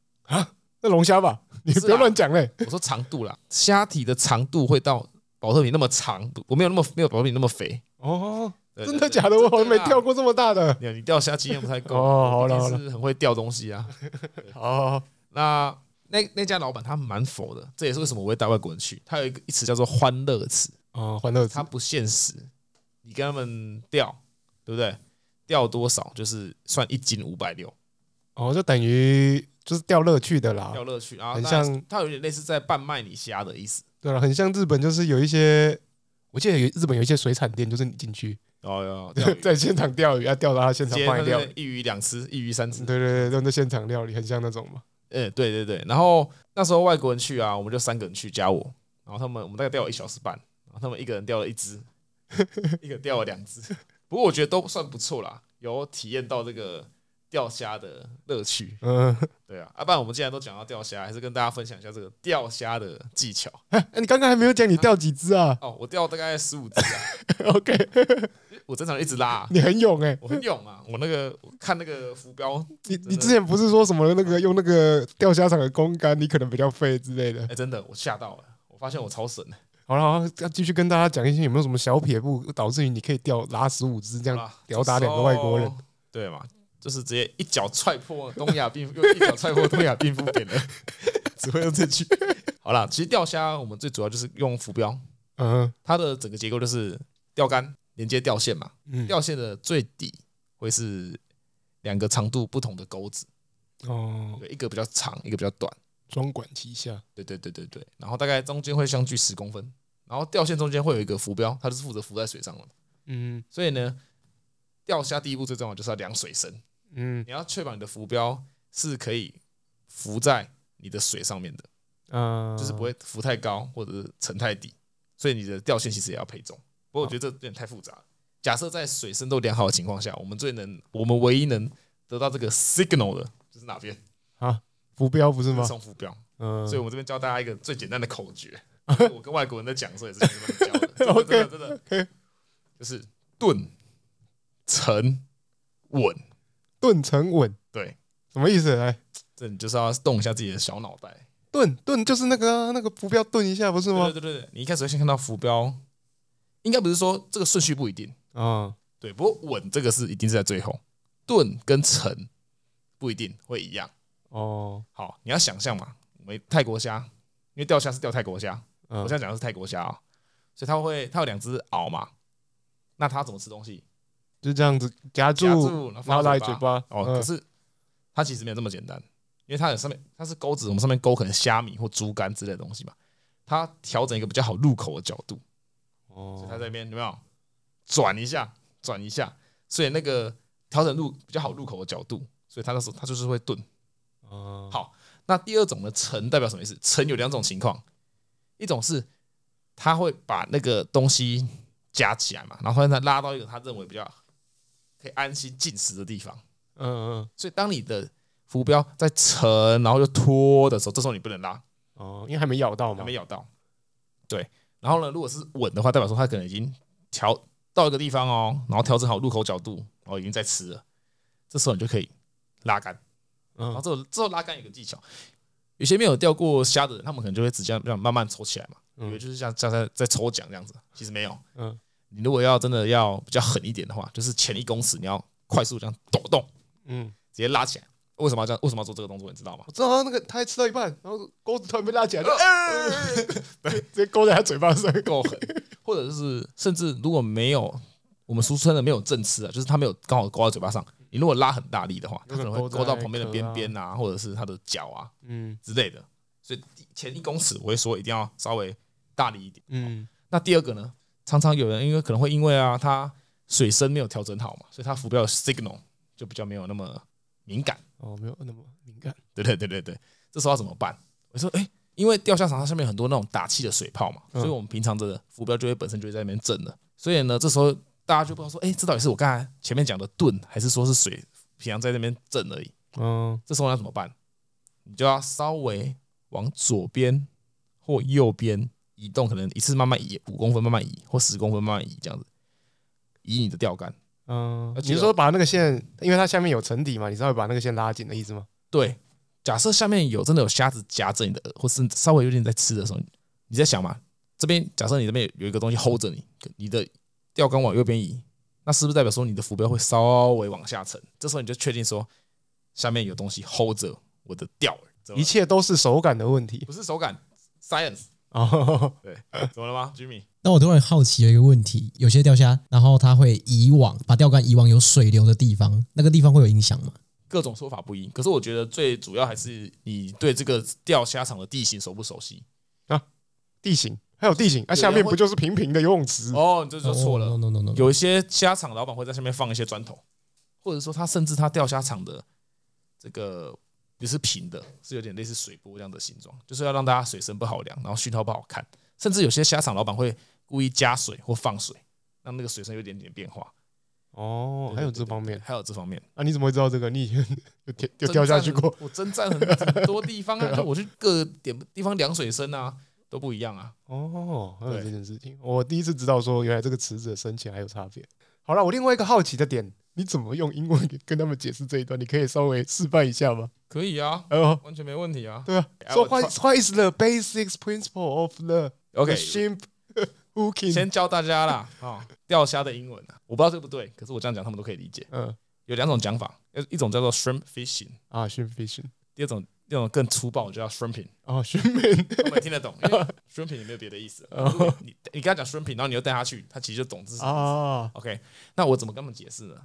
Speaker 1: 那龙虾吧，你
Speaker 2: 不是啊
Speaker 1: 不要乱讲嘞。欸
Speaker 2: 我说长度啦，虾体的长度会到。保特瓶那么长，我没有那么没有保特瓶那么肥。
Speaker 1: 哦，
Speaker 2: 对
Speaker 1: 真的假的？啊我好像没钓，过这么大的。
Speaker 2: 对对对你你钓虾经验不太够。
Speaker 1: 哦好了
Speaker 2: 我毕竟是很会钓东 西啊。
Speaker 1: 哦，
Speaker 2: 那那那家老板他蛮佛的，这也是为什么我会带外国人去。他有一个一词叫做“欢乐词
Speaker 1: 哦，欢乐”，池
Speaker 2: 它不限时，你跟他们钓，对不对？钓多少就是算一斤五百六，
Speaker 1: 哦，就等于就是钓乐趣的啦
Speaker 2: 钓。乐趣啊，
Speaker 1: 很
Speaker 2: 当然
Speaker 1: 像
Speaker 2: 它有点类似在贩卖你虾的意思。
Speaker 1: 对啊了，很像日本，就是有一些，我记得有日本有一些水产店，就是你进去
Speaker 2: 哦 哟，钓鱼
Speaker 1: 在现场钓鱼，要钓到他现
Speaker 2: 直
Speaker 1: 场
Speaker 2: 接
Speaker 1: 卖掉。
Speaker 2: 一鱼两吃，一鱼三吃
Speaker 1: 对。对对，用那现场料理，很像那种嘛。
Speaker 2: 嗯，对对对。然后那时候外国人去啊，我们就三个人去加我，然后他们我们大概钓了一小时半，然后他们一个人钓了一只，一个人钓了两只。不过我觉得都算不错啦，有体验到这个钓虾的乐趣。
Speaker 1: 嗯，
Speaker 2: 对啊，啊，不然我们既然都讲到钓虾，还是跟大家分享一下这个钓虾的技巧
Speaker 1: 哎，你刚刚还没有讲你钓几只 啊
Speaker 2: 哦。我钓大概十五只啊，
Speaker 1: ？OK，
Speaker 2: 我正常一直拉 啊、
Speaker 1: 你很勇哎。
Speaker 2: 我很勇啊，我那个我看那个浮标，
Speaker 1: 你
Speaker 2: 的
Speaker 1: 你之前不是说什么那个用那个钓虾场的公竿，你可能比较废之类的
Speaker 2: 哎、。真的我吓到了，我发现我超神的。
Speaker 1: 好了，好了要继续跟大家讲一些有没有什么小撇步，导致于你可以钓拉十五只这样
Speaker 2: 啊
Speaker 1: 吊打两个外国人。，
Speaker 2: 这时候对嘛？就是直接一脚踹破东亚病夫，又一脚踹破东亚病夫扁了， 只会用这句。 好啦，其实钓虾我们最主要就是用浮标，
Speaker 1: 嗯
Speaker 2: 它的整个结构就是钓竿连接钓线嘛，
Speaker 1: 嗯
Speaker 2: 钓线的最底会是两个长度不同的钩子，
Speaker 1: 哦，
Speaker 2: 对，一个比较长，一个比较短，
Speaker 1: 双管齐下。
Speaker 2: 对对对对对，然后大概中间会相距十公分，然后钓线中间会有一个浮标，它就是负责浮在水上的，
Speaker 1: 嗯
Speaker 2: 所以呢，钓虾第一步最重要就是要量水深。
Speaker 1: 嗯
Speaker 2: 你要确保你的浮标是可以浮在你的水上面的，
Speaker 1: 啊，
Speaker 2: 就是不会浮太高或者是沉太低，所以你的钓线其实也要配重。不过我觉得这有点太复杂了。假设在水深都良好的情况下，我们最能，我们唯一能得到这个 signal 的就是哪边？
Speaker 1: 浮标不是
Speaker 2: 就
Speaker 1: 吗
Speaker 2: 是？送浮标。
Speaker 1: 嗯，
Speaker 2: 所以我们这边教大家一个最简单的口诀，我跟外国人在讲的时候也是这么教的。真的真的真的，就是顿、沉、稳，
Speaker 1: 顿沉稳，
Speaker 2: 对，
Speaker 1: 什么意思？来，
Speaker 2: 这你就是要动一下自己的小脑袋。
Speaker 1: 顿顿就是那个啊那个浮标顿一下，不是吗？
Speaker 2: 对对对对，你一开始会先看到浮标，应该不是说这个顺序不一定，
Speaker 1: 啊，
Speaker 2: 对，不过稳这个是一定是在最后，顿跟沉不一定会一样。
Speaker 1: 哦，
Speaker 2: 好，你要想象嘛，我们泰国虾，因为钓虾是钓泰国虾，我
Speaker 1: 嗯
Speaker 2: 现在讲的是泰国虾啊、所以它会它有两只螯嘛，那它怎么吃东西？
Speaker 1: 就这样子夹
Speaker 2: 夹
Speaker 1: 住，
Speaker 2: 住，
Speaker 1: 然后
Speaker 2: 然后放
Speaker 1: 来
Speaker 2: 到
Speaker 1: 嘴
Speaker 2: 嘴
Speaker 1: 巴。嗯
Speaker 2: 哦，可是它其实没有这么简单，因为它有上面它是钩子，我们上面钩可能虾米或猪肝之类的东西嘛，它调整一个比较好入口的角度。所以他
Speaker 1: 哦，
Speaker 2: 在那边有没有转一下，转一下，所以那个调整入比较好入口的角度，所以他那时候他就是会顿。
Speaker 1: 哦
Speaker 2: 好那第二种的沉代表什么意思？沉有两种情况，一种是他会把那个东西夹起来嘛，然后让他拉到一个他认为比较可以安心进食的地方。
Speaker 1: 嗯嗯
Speaker 2: 所以当你的浮标在沉，然后又拖的时候，这时候你不能拉，
Speaker 1: 哦，因为还没咬到
Speaker 2: 还
Speaker 1: 嘛
Speaker 2: 没。咬到。对，然后呢，如果是稳的话，代表说它可能已经调到一个地方哦，然后调整好入口角度，然后已经在吃了。这时候你就可以拉杆，然后
Speaker 1: 嗯
Speaker 2: 这种这种拉杆有个技巧，有些没有钓过虾的人，他们可能就会直接这样慢慢抽起来嘛，以
Speaker 1: 嗯
Speaker 2: 为就是像像在在抽奖这样子，其实没有。
Speaker 1: 嗯
Speaker 2: 你如果要真的要比较狠一点的话，就是前一公尺你要快速这样抖动，
Speaker 1: 嗯，
Speaker 2: 直接拉起来。为什么要这样？为什么要做这个动作？你知道吗
Speaker 1: 我？知道他那个他还吃到一半，然后钩子突然被 拉起来，就
Speaker 2: 呃
Speaker 1: 直接勾在他嘴巴上。
Speaker 2: 够狠，或者是甚至如果没有我们俗称的没有正吃啊，就是它没有刚好勾到嘴巴上，你如果拉很大力的话，它可能会勾到旁边的边边啊，或者是它的脚啊
Speaker 1: 嗯
Speaker 2: 之类的。所以前一公尺我会说一定要稍微大力一点。
Speaker 1: 嗯
Speaker 2: 那第二个呢，常常有人因为可能会因为啊，它水深没有调整好嘛，所以它浮标的 signal 就比较没有那么敏感。
Speaker 1: 哦，没有那么敏感。
Speaker 2: 对对对对对，这时候要怎么办？我说，哎、因为钓虾场它下面有很多那种打气的水泡嘛，
Speaker 1: 嗯
Speaker 2: 所以我们平常的浮标就会本身就会在那边震的，所以呢，这时候大家就不知道说，哎、这到底是我刚才前面讲的顿，还是说是水平常在那边震而已？
Speaker 1: 嗯
Speaker 2: 这时候要怎么办？你就要稍微往左边或右边移动，可能一次慢慢移五公分，慢慢移或十公分，慢慢移这样子，移你的钓竿。
Speaker 1: 嗯，
Speaker 2: 而
Speaker 1: 你
Speaker 2: 且
Speaker 1: 是说把那个线，因为它下面有沉底嘛，你稍微把那个线拉紧的意思吗？
Speaker 2: 对，假设下面有真的有虾子夹着你的饵，或是稍微有点在吃的时候，你在想嘛，这边假设你这边有有一个东西 hold 着你，你的钓竿往右边移，那是不是代表说你的浮标会稍微往下沉？这时候你就确定说下面有东西 hold 着我的钓饵，怎么
Speaker 1: 一
Speaker 2: 了
Speaker 1: 切都是手感的问题
Speaker 2: 不是手感 science
Speaker 1: 哦。
Speaker 2: 对，怎么了吗，Jimmy？
Speaker 3: 那我突然好奇了一个问题：有些钓虾，然后它会移往，把钓竿移往有水流的地方，那个地方会有影响吗？
Speaker 2: 各种说法不一，可是我觉得最主要还是你对这个钓虾场的地形熟不熟悉。
Speaker 1: 地形还有地形啊，下面不就是平平的游泳池？
Speaker 2: 哦，你这就错了。
Speaker 3: 哦 No no no no，
Speaker 2: 有一些虾场老板会在下面放一些砖头，或者说他甚至他钓虾场的这个不是平的，是有点类似水波这样的形状，就是要让大家水深不好量，然后讯号不好看。甚至有些虾场老板会故意加水或放水，让那个水深有一点点变化。
Speaker 1: 哦，还有这方面
Speaker 2: 还有这方面，
Speaker 1: 啊？你怎么会知道这个？你以前 有跳有掉下去过？
Speaker 2: 我征战很很多地方啊，就我去各点地方量水深啊，都不一样啊。
Speaker 1: 哦，还有
Speaker 2: 对
Speaker 1: 这件事情，我第一次知道说原来这个池子的深浅还有差别。好了，我另外一个好奇的点，你怎么用英文跟他们解释这一段？你可以稍微示范一下吗？
Speaker 2: 可以啊，
Speaker 1: 哦，
Speaker 2: 完全没问题啊。
Speaker 1: 对啊
Speaker 2: I，
Speaker 1: 说
Speaker 2: will
Speaker 1: what is- what is the basic principle of the
Speaker 2: OK，
Speaker 1: the shrimp hooking？
Speaker 2: 先教大家啦，啊，钓虾的英文啊，我不知道对不对，可是我这样讲他们都可以理解。
Speaker 1: 嗯
Speaker 2: 有两种讲法，呃一种叫做 shrimp fishing，
Speaker 1: 啊，shrimp fishing，
Speaker 2: 第二种那种更粗暴就叫 shrimping，
Speaker 1: 哦，shrimp，
Speaker 2: 他们听得懂，因为 shrimping 也没有别的意思。如果你你跟他讲 shrimping，然后你又带他去，他其实就懂这是什么意思。
Speaker 1: 啊
Speaker 2: OK，那我怎么跟他们解释呢？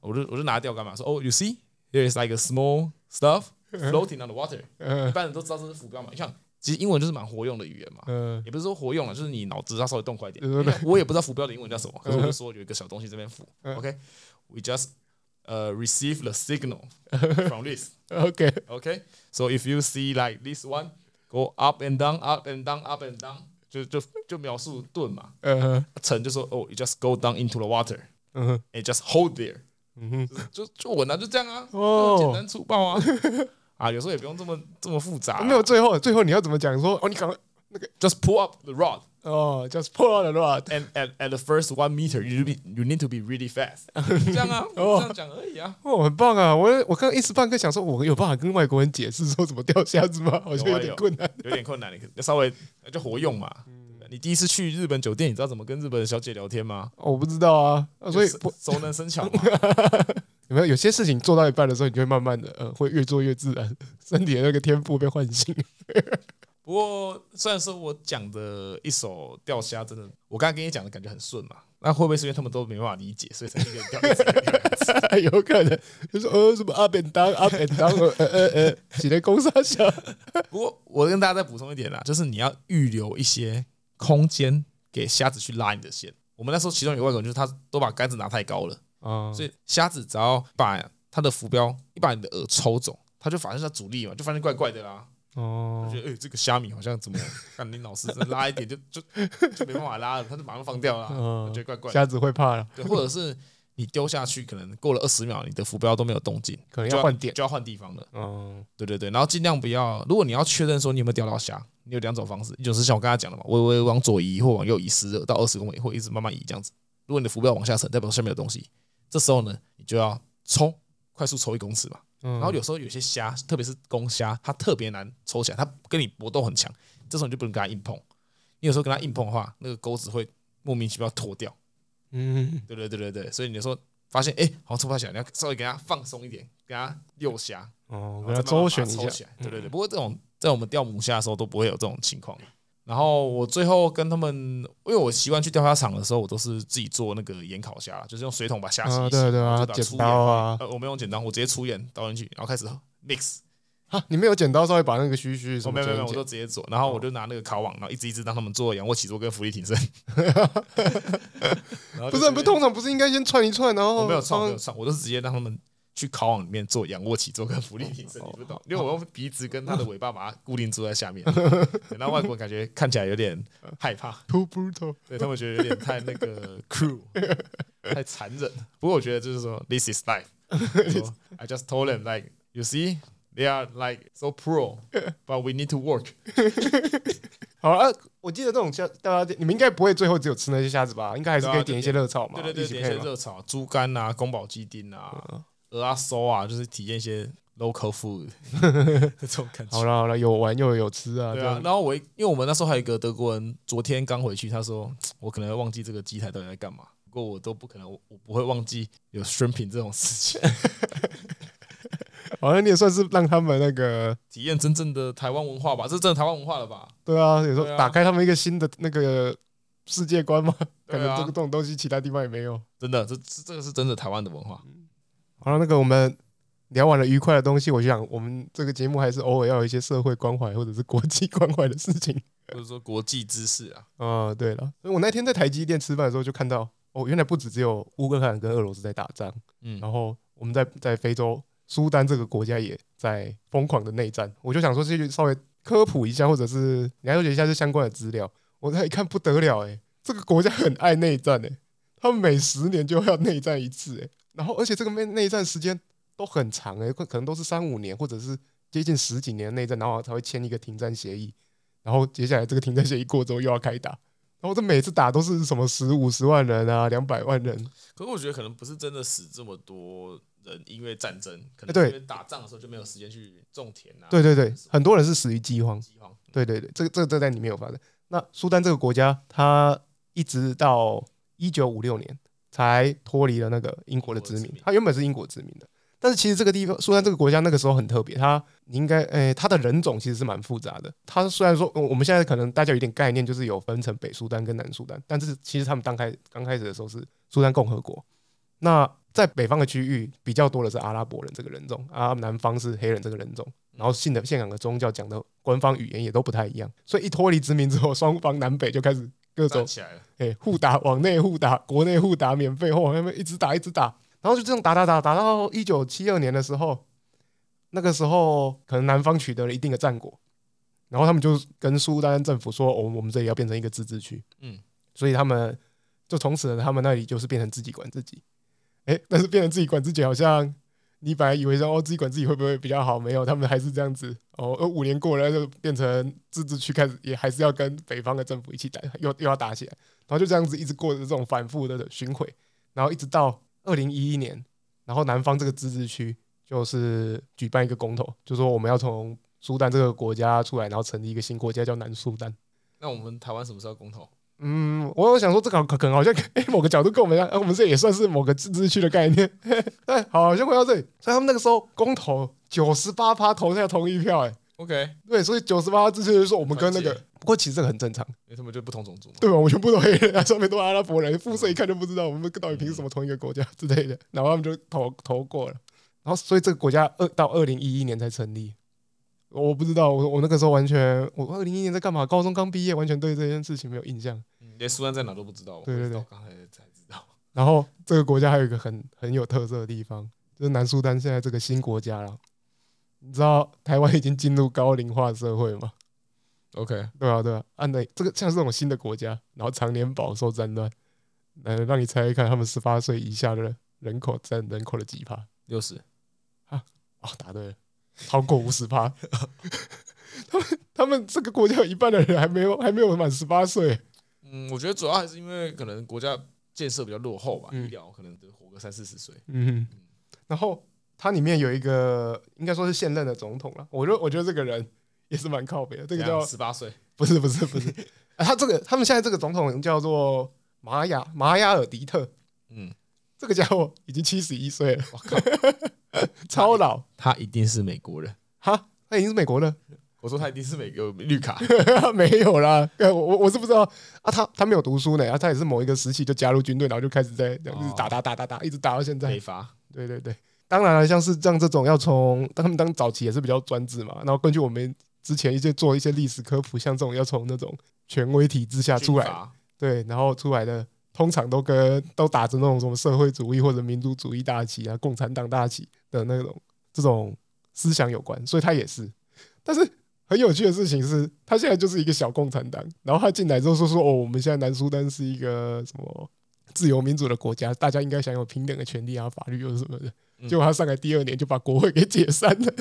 Speaker 2: 我就我就拿钓竿嘛，说哦、y o u see there is like a small stuff floating on the water，
Speaker 1: 嗯
Speaker 2: 一般人都知道这是浮标嘛，你像其实英文就是蛮活用的语言嘛，
Speaker 1: 嗯
Speaker 2: 也不是说活用了，就是你脑子要稍微动快一点。
Speaker 1: 对对
Speaker 2: 因
Speaker 1: 对
Speaker 2: 为我也不知道浮标的英文叫什么，可是我就说有一个小东西这边浮。
Speaker 1: 嗯
Speaker 2: OK，we just 呃 receive the signal from this。
Speaker 1: ，OK，
Speaker 2: OK，so if you see like this one，go up and down，up and down，up and down，就就就描述顿嘛，
Speaker 1: 呃，
Speaker 2: 沉就说哦，you just go down into the water，and
Speaker 1: 嗯哼
Speaker 2: just hold there。
Speaker 1: 嗯哼，
Speaker 2: 就就稳啊，就这样啊，
Speaker 1: 哦
Speaker 2: 就简单粗暴啊，啊，有时候也不用这么这么复杂啊、
Speaker 1: 啊没有最后，最后你要怎么讲？说哦，你赶快
Speaker 2: ，just pull up the rod
Speaker 1: 哦，just pull out the rod。
Speaker 2: and at at the first one meter you be you need to be really fast，这 样啊，
Speaker 1: 哦
Speaker 2: 这样讲而已啊，
Speaker 1: 哦，很棒啊！我我刚一时半刻想说，我有办法跟外国人解释说怎么钓虾子吗？好像
Speaker 2: 有啊
Speaker 1: 有点
Speaker 2: 有
Speaker 1: 困难。
Speaker 2: 有点困难，你可稍微就活用嘛。你第一次去日本酒店，你知道怎么跟日本的小姐聊天吗？
Speaker 1: 哦我不知道啊，啊所以
Speaker 2: 就
Speaker 1: 不
Speaker 2: 熟熟能生巧嘛。
Speaker 1: 有没有有些事情做到一半的时候，你就会慢慢的呃，会越做越自然，身体的那个天赋被唤醒。
Speaker 2: 不过虽然说我讲的一手钓虾，真的，我刚才跟你讲的感觉很顺嘛，那会不会是因为他们都没办法理解，所以才一个人钓一 次？
Speaker 1: 有可能就说呃什么 up and down up and down 呃呃呃，几类攻杀小
Speaker 2: 不过我跟大家再补充一点啦，就是你要预留一些空间给虾子去拉你的线。我们那时候其中有个外国人，就是他都把杆子拿太高了，
Speaker 1: 啊
Speaker 2: 所以虾子只要把他的浮标一把你的饵抽走，他就发现他阻力嘛，就发现怪怪的啦。
Speaker 1: 哦
Speaker 2: 我觉得哎、欸这个虾米好像怎么，看你老师再拉一点就 就就没办法拉了，他就马上放掉了啦，我
Speaker 1: 嗯
Speaker 2: 觉得怪怪的。
Speaker 1: 虾子会怕了，
Speaker 2: 对，或者是你丢下去，可能过了二十秒，你的浮标都没有动静，
Speaker 1: 可能
Speaker 2: 就
Speaker 1: 要换点。
Speaker 2: 就要换地方了。
Speaker 1: 嗯
Speaker 2: 对对对，然后尽量不要。如果你要确认说你有没有钓到虾，你有两种方式，一种是像我刚才讲的嘛，微微往左移或往右移十到二十公里，或一直慢慢移这样子。如果你的浮标往下沉，代表下面有东西。这时候呢，你就要抽，快速抽一公尺嘛。
Speaker 1: 嗯，
Speaker 2: 然后有时候有些虾，特别是公虾，它特别难抽起来，它跟你搏斗很强。这时候你就不能跟它硬碰。你有时候跟它硬碰的话，那个钩子会莫名其妙脱掉。
Speaker 1: 嗯
Speaker 2: 对对对对对，所以你有时候发现哎、好像抽不太起来，你要稍微给它放松一点，给它遛虾。
Speaker 1: 哦，我要
Speaker 2: 然后
Speaker 1: 周旋
Speaker 2: 再慢慢
Speaker 1: 一下嗯
Speaker 2: 把它抽起。来对对对。不过这种在我们钓母虾的时候都不会有这种情况。然后我最后跟他们，因为我习惯去钓虾场的时候，我都是自己做那个盐烤虾，就是用水桶把虾洗一洗，
Speaker 1: 啊，对对
Speaker 2: 然
Speaker 1: 啊
Speaker 2: 后，就把粗
Speaker 1: 剪
Speaker 2: 盐
Speaker 1: 刀啊，
Speaker 2: 呃，我没有用剪刀，我直接出盐倒进去，然后开始 mix。
Speaker 1: 啊，你没有剪刀，稍微把那个须须什
Speaker 2: 我
Speaker 1: 么
Speaker 2: 哦没有没有没有，
Speaker 1: 剪哦
Speaker 2: 我
Speaker 1: 一
Speaker 2: 就
Speaker 1: 剪
Speaker 2: 直接做，然后我就拿那个烤网，然后一只一只让他们做仰卧起坐跟浮力挺身。然后
Speaker 1: 不，
Speaker 2: 就是
Speaker 1: 不是通常不是应该先串一串，然后
Speaker 2: 哦我没有创，我没有
Speaker 1: 放
Speaker 2: 创，我都是直接让他们去烤网里面做仰卧起坐跟浮力挺身，你
Speaker 1: 哦
Speaker 2: 不懂，因为我用鼻子跟它的尾巴把它固定住在下 面，对然后外国人感觉看起来有点害怕，
Speaker 1: too brutal。
Speaker 2: 对他们觉得有点太那个 cruel，太残忍。不过我觉得就是说，this is life 说。I just told them like you see they are like so pro, but we need to work。
Speaker 1: 好啊，我记得这种虾，大家你们应该不会最后只有吃那些虾子吧？应该还是可
Speaker 2: 对
Speaker 1: 以
Speaker 2: 啊
Speaker 1: 点一些热炒嘛，
Speaker 2: 对对对，
Speaker 1: 一起
Speaker 2: 点一
Speaker 1: 配
Speaker 2: 些
Speaker 1: 嘛。
Speaker 2: 嗯热炒，猪肝啊、宫保鸡丁啊、鹅啊、烧啊，就是体验一些 local food 这种感觉
Speaker 1: 好。了好了，有玩又有吃啊，
Speaker 2: 对
Speaker 1: 这
Speaker 2: 啊，
Speaker 1: 样
Speaker 2: 然后我一因为我们那时候还有一个德国人，昨天刚回去，他说我可能会忘记这个机台到底在干嘛，不过我都不可能，我我不会忘记有 shrimping 这种事情，
Speaker 1: 好像你也算是让他们那个
Speaker 2: 体验真正的台湾文化吧，这是真的台湾文化了吧？
Speaker 1: 对啊，有时候
Speaker 2: 对啊
Speaker 1: 打开他们一个新的那个世界观嘛，
Speaker 2: 对
Speaker 1: 感
Speaker 2: 啊
Speaker 1: 觉这个这种东西其他地方也没有。
Speaker 2: 真的，这这这个是真的台湾的文化，
Speaker 1: 好了，那个我们聊完了愉快的东西，我就想我们这个节目还是偶尔要有一些社会关怀或者是国际关怀的事情。
Speaker 2: 或者说国际知识啊，
Speaker 1: 啊，对了，所以我那天在台积电吃饭的时候就看到，哦，原来不止只有乌克兰跟俄罗斯在打仗，
Speaker 2: 嗯，
Speaker 1: 然后我们在在非洲苏丹这个国家也在疯狂的内战。我就想说，这就稍微科普一下，或者是了解一下这相关的资料。我再一看不得了、欸，这个国家很爱内战、欸，他们每十年就要内战一次、欸，然后而且这个内内战时间都很长、欸，可可能都是三五年，或者是接近十几年的内战，然后才会签一个停战协议，然后接下来这个停战协议过之后又要开打。然后这每次打都是什么十五十万人啊，两百万人，
Speaker 2: 可是我觉得可能不是真的死这么多人，因为战争，可
Speaker 1: 哎对
Speaker 2: 能因为打仗的时候就没有时间去种田啊，
Speaker 1: 对对对，很多人是死于饥荒。
Speaker 2: 饥荒，
Speaker 1: 对对对，这个这个这个在里面有发生。那苏丹这个国家，它一直到一九五六年才脱离了那个英国的殖
Speaker 2: 英国的殖
Speaker 1: 民
Speaker 2: 民，
Speaker 1: 它原本是英国殖民的。但是其实这个地方，苏丹这个国家那个时候很特别，它你应该，诶、它的人种其实是蛮复杂的。它虽然说我我们现在可能大家有点概念，就是有分成北苏丹跟南苏丹，但是其实他们刚开刚开始的时候是苏丹共和国。那在北方的区域比较多的是阿拉伯人这个人种，啊，南方是黑人这个人种。然后信的现港的宗教讲的官方语言也都不太一样，所以一脱离殖民之后，双方南北就开始各种
Speaker 2: 站起来了，
Speaker 1: 哎、互打，往内互打，国内互打，免费后往那边一直打，一直打，然后就这样打打打打到一九七二年的时候，那个时候可能南方取得了一定的战果，然后他们就跟苏丹政府说，哦我、们我们这里要变成一个自治区，
Speaker 2: 嗯，
Speaker 1: 所以他们就从此他们那里就是变成自己管自己，哎、但是变成自己管自己好像。你本来以为说哦自己管自己会不会比较好，没有，他们还是这样子哦。呃，五年过了就变成自治区，开始也还是要跟北方的政府一起打，又又要打起来。然后就这样子一直过着这种反复的巡回，然后一直到二零一一年，然后南方这个自治区就是举办一个公投，就说我们要从苏丹这个国家出来，然后成立一个新国家叫南苏丹。
Speaker 2: 那我们台湾什么时候要公投？
Speaker 1: 嗯，我有想说这个可可能好像、诶某个角度跟我们一样，啊我们这也算是某个自治区的概念。 哎，好，先回到这里，所以他们那个时候公投九十八趴投下同意票、诶哎，
Speaker 2: OK，
Speaker 1: 对，所以九十八支持就是说我们跟那
Speaker 2: 团
Speaker 1: 个，不过其实这个很正常。
Speaker 2: 因为他们就不同种族嘛。
Speaker 1: 对吧？我们全部都黑人啊，上面都阿拉伯人，肤色一看就不知道我们到底凭什么同一个国家之类的。然后他们就投投过了，然后所以这个国家二到二零一一年才成立。我不知道，我我那个时候完全，我二零一一年在干嘛？高中刚毕业，完全对这件事情没有印象。
Speaker 2: 嗯连苏丹在哪都不知道。
Speaker 1: 对对对
Speaker 2: 我到刚才才知道。
Speaker 1: 然后这个国家还有一个很很有特色的地方，就是南苏丹现在这个新国家了。你知道台湾已经进入高龄化社会吗？
Speaker 2: OK，
Speaker 1: 对啊，对啊，按的这个像是这种新的国家，然后常年饱受战乱，呃，让你猜一看，他们十八岁以下的人口占人口的几趴？
Speaker 2: 六十，
Speaker 1: 啊，答对了，超过五十趴。 他们他们这个国家有一半的人还没有还没有满十八岁，
Speaker 2: 嗯，我觉得主要还是因为可能国家建设比较落后吧，
Speaker 1: 嗯
Speaker 2: 医疗可能得活个三四十岁。
Speaker 1: 嗯，然后它里面有一个应该说是现任的总统了，我觉得我觉得这个人也是蛮靠北的，这个叫
Speaker 2: 十八岁，
Speaker 1: 不是不是不是，啊、他这个他们现在这个总统叫做玛雅玛雅尔迪特，
Speaker 2: 嗯，
Speaker 1: 这个家伙已经七十一岁了，
Speaker 2: 我靠，
Speaker 1: 超老
Speaker 2: 他一定是美国人。
Speaker 1: 哈，他已经是美国人，
Speaker 2: 我说他一定是美国绿卡，
Speaker 1: 没有啦，呃我我我是不知道啊，他他没有读书呢，啊，他也是某一个时期就加入军队，然后就开始在这样一直打打打打打，一直打到现在
Speaker 2: 美，发。
Speaker 1: 哦对对对，当然了，啊像是像这种要从他们当早期也是比较专制嘛，然后根据我们之前一些做一些历史科普，像这种要从那种权威体制下出
Speaker 2: 军
Speaker 1: 来，
Speaker 2: 阀
Speaker 1: 对，然后出来的通常都跟都打着那种什么社会主义或者民族主义大旗啊、共产党大旗的那种这种思想有关，所以他也是。但是很有趣的事情是，他现在就是一个小共产党，然后他进来之后说说哦，我们现在南苏丹是一个什么自由民主的国家，大家应该享有平等的权利啊、法律又是什么的。
Speaker 2: 嗯
Speaker 1: 结果他上来第二年就把国会给解散 了，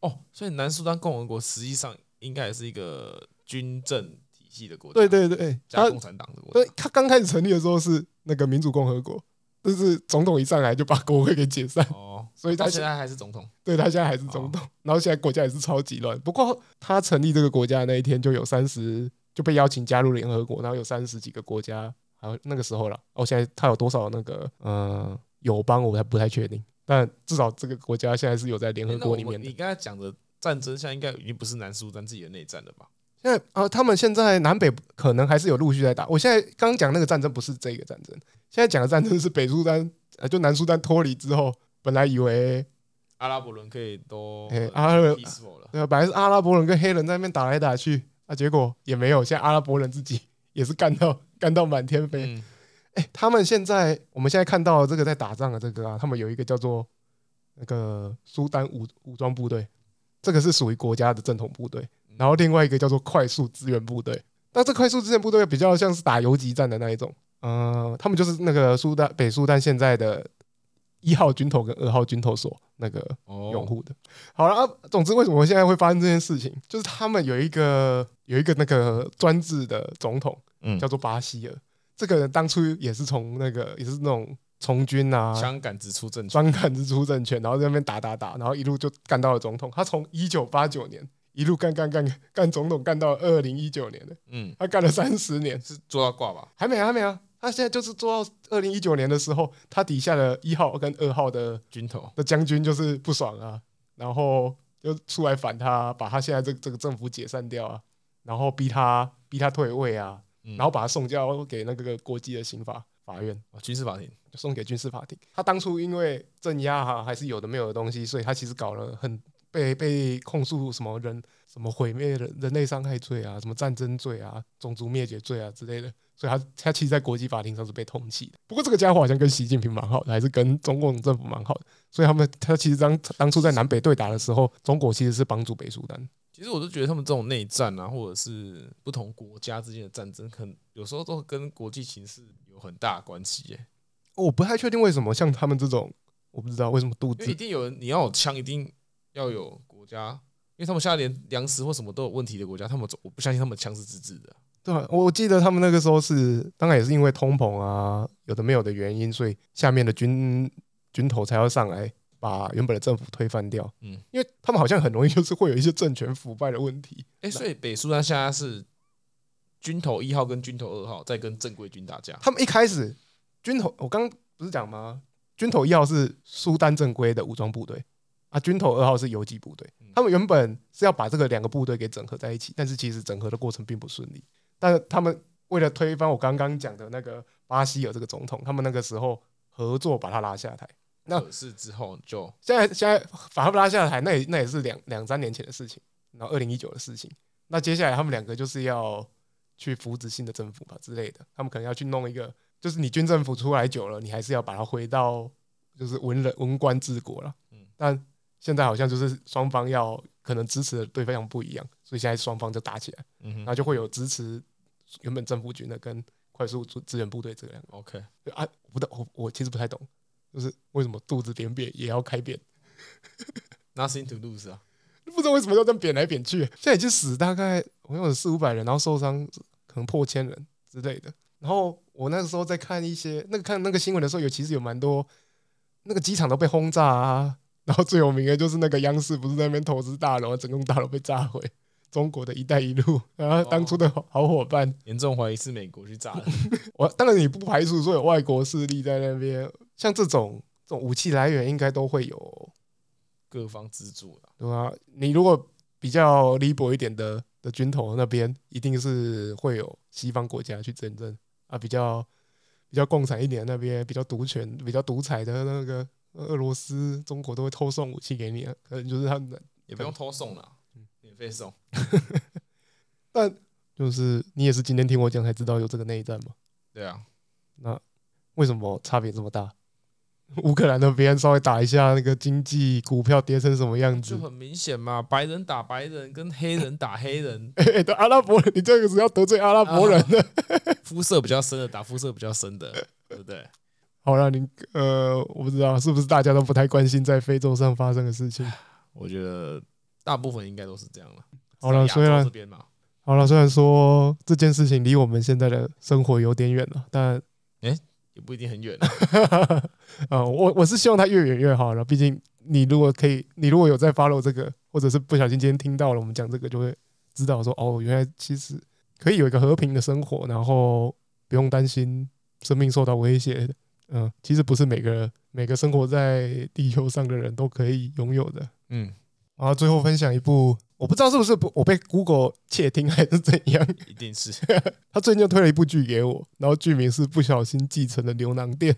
Speaker 2: 哦，所以南苏丹共和国实际上应该也是一个军政体系的国家，
Speaker 1: 对对对，
Speaker 2: 加
Speaker 1: 他
Speaker 2: 共产党的国
Speaker 1: 对
Speaker 2: 家。
Speaker 1: 他刚开始成立的时候是那个民主共和国，但是总统一上来就把国会给解散。
Speaker 2: 哦，
Speaker 1: 所以
Speaker 2: 到
Speaker 1: 他
Speaker 2: 现在还是总统。
Speaker 1: 对他现在还是总统，然后现在国家也是超级乱。不过他成立这个国家的那一天，就有三十就被邀请加入联合国，然后有三十几个国家，还有那个时候了。哦，现在他有多少那个呃友邦，我还不太确定，但至少这个国家现在是有在联合
Speaker 2: 那
Speaker 1: 国
Speaker 2: 我
Speaker 1: 里面
Speaker 2: 们
Speaker 1: 的
Speaker 2: 你。刚才讲的战争，现在应该已经不是南苏丹自己的内战了吧？
Speaker 1: 现在啊、呃他们现在南北可能还是有陆续在打。我现在刚刚讲那个战争不是这个战争，现在讲的战争是北苏丹，呃，就南苏丹脱离之后，本来以为
Speaker 2: 阿拉伯人可以都
Speaker 1: 哎阿拉伯
Speaker 2: peaceful 了，
Speaker 1: 对啊，本来是阿拉伯人跟黑人在那边打来打去啊，结果也没有，现在阿拉伯人自己 也是干到干到满天飞。
Speaker 2: 嗯，
Speaker 1: 哎、他们现在我们现在看到这个在打仗的这个啊，他们有一个叫做那个苏丹武武装部队，这个是属于国家的正统部队，然后另外一个叫做快速支援部队。那这快速支援部队比较像是打游击战的那一种，呃，他们就是那个苏丹北苏丹现在的一号军头跟二号军头所那个拥
Speaker 2: 哦，
Speaker 1: 护的。好了、啊，总之为什么现在会发生这件事情，就是他们有一个有一个那个专制的总统
Speaker 2: 嗯
Speaker 1: 叫做巴希尔，这个人当初也是从那个也是那种从军啊。
Speaker 2: 枪杆子出政权，
Speaker 1: 专杆子出政权，然后在那边打打打，然后一路就干到了总统。他从一九八九年一路干干干干总统，干到二零一九年的，
Speaker 2: 嗯，
Speaker 1: 他干了三十年。
Speaker 2: 是做到挂吧？
Speaker 1: 还没啊，还没啊。他现在就是做到二零一九年的时候，他底下的一号跟二号的
Speaker 2: 军头，
Speaker 1: 的将军就是不爽啊，然后就出来反他，啊把他现在这这个政府解散掉啊，然后逼他逼他退位啊，
Speaker 2: 嗯
Speaker 1: 然后把他送交给那个国际的刑法法院，
Speaker 2: 哦军事法庭，
Speaker 1: 就送给军事法庭。他当初因为镇压哈、还是有的没有的东西，所以他其实搞了很呃被被控诉什么人什么毁灭人人类伤害罪啊，什么战争罪啊、种族灭绝罪啊之类的。所以他他其实，在国际法庭上是被通缉的。不过这个家伙好像跟习近平蛮好的，还是跟中共政府蛮好的。所以他们他其实当当初在南北对打的时候，中国其实是帮助北苏丹。
Speaker 2: 其实我就觉得他们这种内战啊，或者是不同国家之间的战争，可能有时候都跟国际形势有很大的关系耶、
Speaker 1: 哦我不太确定为什么像他们这种，我不知道为什么肚
Speaker 2: 因为一
Speaker 1: 子
Speaker 2: 定有人，你要有枪，一定要有国家，因为他们现在连粮食或什么都有问题的国家，他们我不相信他们枪是自制的。
Speaker 1: 对啊，我记得他们那个时候是，当然也是因为通膨啊，有的没有的原因，所以下面的军军头才要上来把原本的政府推翻掉。
Speaker 2: 嗯
Speaker 1: 嗯，因为他们好像很容易就是会有一些政权腐败的问题。
Speaker 2: 哎、所以北苏丹现在是军头一号跟军头二号在跟正规军打架，
Speaker 1: 他们一开始军头，我刚不是讲吗？军头一号是苏丹正规的武装部队啊，军头二号是游击部队
Speaker 2: 嗯。
Speaker 1: 他们原本是要把这个两个部队给整合在一起，但是其实整合的过程并不顺利。但他们为了推翻我刚刚讲的那个巴希尔这个总统，他们那个时候合作把他拉下台。那
Speaker 2: 可是之后就
Speaker 1: 现在现在法布拉下台，那也那也是两两三年前的事情，然后二零一九的事情。那接下来他们两个就是要去扶植新的政府吧之类的，他们可能要去弄一个，就是你军政府出来久了，你还是要把它回到就是文人文官治国了。
Speaker 2: 嗯
Speaker 1: 嗯，但现在好像就是双方要可能支持的对方不一样，所以现在双方就打起来，
Speaker 2: 嗯
Speaker 1: 然
Speaker 2: 哼
Speaker 1: 后就会有支持原本政府军的跟快速支支援部队这两个。
Speaker 2: ，OK，
Speaker 1: 对啊，我不懂，我我其实不太懂，就是为什么肚子扁扁也要开扁。
Speaker 2: nothing to lose 啊，
Speaker 1: 不知道为什么要这样扁来扁去。现在已经死大概我有四五百人，然后受伤可能破千人之类的。然后我那个时候在看一些那个看那个新闻的时候，有其实有蛮多那个机场都被轰炸啊。然后最有名的就是那个央视不是在那边投资大楼，整栋大楼被炸毁。中国的一带一路，然后当初的好好伙伴，
Speaker 2: 严重怀疑是美国去炸的。
Speaker 1: 我当然你不排除说有外国势力在那边，像这种这种武器来源应该都会有
Speaker 2: 各方资助啦。
Speaker 1: 对啊，你如果比较 liberal 一点的的军头那边，一定是会有西方国家去争证啊，比较比较共产一点的那边，比较独权、比较独裁的那个呃俄罗斯、中国都会偷送武器给你啊，可能就是他们的，
Speaker 2: 也不用偷送啦，免费送。
Speaker 1: 就是你也是今天听我讲才知道有这个内战嘛？
Speaker 2: 对啊，
Speaker 1: 那为什么差别这么大？乌克兰那边稍微打一下，那个经济股票跌成什么样子，
Speaker 2: 就？很明显嘛，白人打白人跟黑人打黑人
Speaker 1: 哎、对阿拉伯人，你这个是要得罪阿拉伯人的。
Speaker 2: 肤色比较深的打肤色比较深的，对不对？
Speaker 1: 好了，你呃，我不知道是不是大家都不太关心在非洲上发生的事情。
Speaker 2: 我觉得大部分应该都是这样了。
Speaker 1: 好了啊
Speaker 2: 只有
Speaker 1: 虽
Speaker 2: 亚洲
Speaker 1: 然
Speaker 2: 这边嘛，
Speaker 1: 好了，虽然说这件事情离我们现在的生活有点远了，但
Speaker 2: 也不一定很远啊。
Speaker 1: 啊、呃我我是希望它越远越好了。毕竟你如果可以，你如果有在 follow 这个，或者是不小心今天听到了我们讲这个，就会知道说哦，原来其实可以有一个和平的生活，然后不用担心生命受到威胁。嗯，其实不是每个每个生活在地球上的人都可以拥有的。
Speaker 2: 嗯，
Speaker 1: 然后最后分享一部，我不知道是不是我被 Google 窃听还是怎样，
Speaker 2: 一定是
Speaker 1: 他最近就推了一部剧给我，然后剧名是《不小心继承的牛郎店》，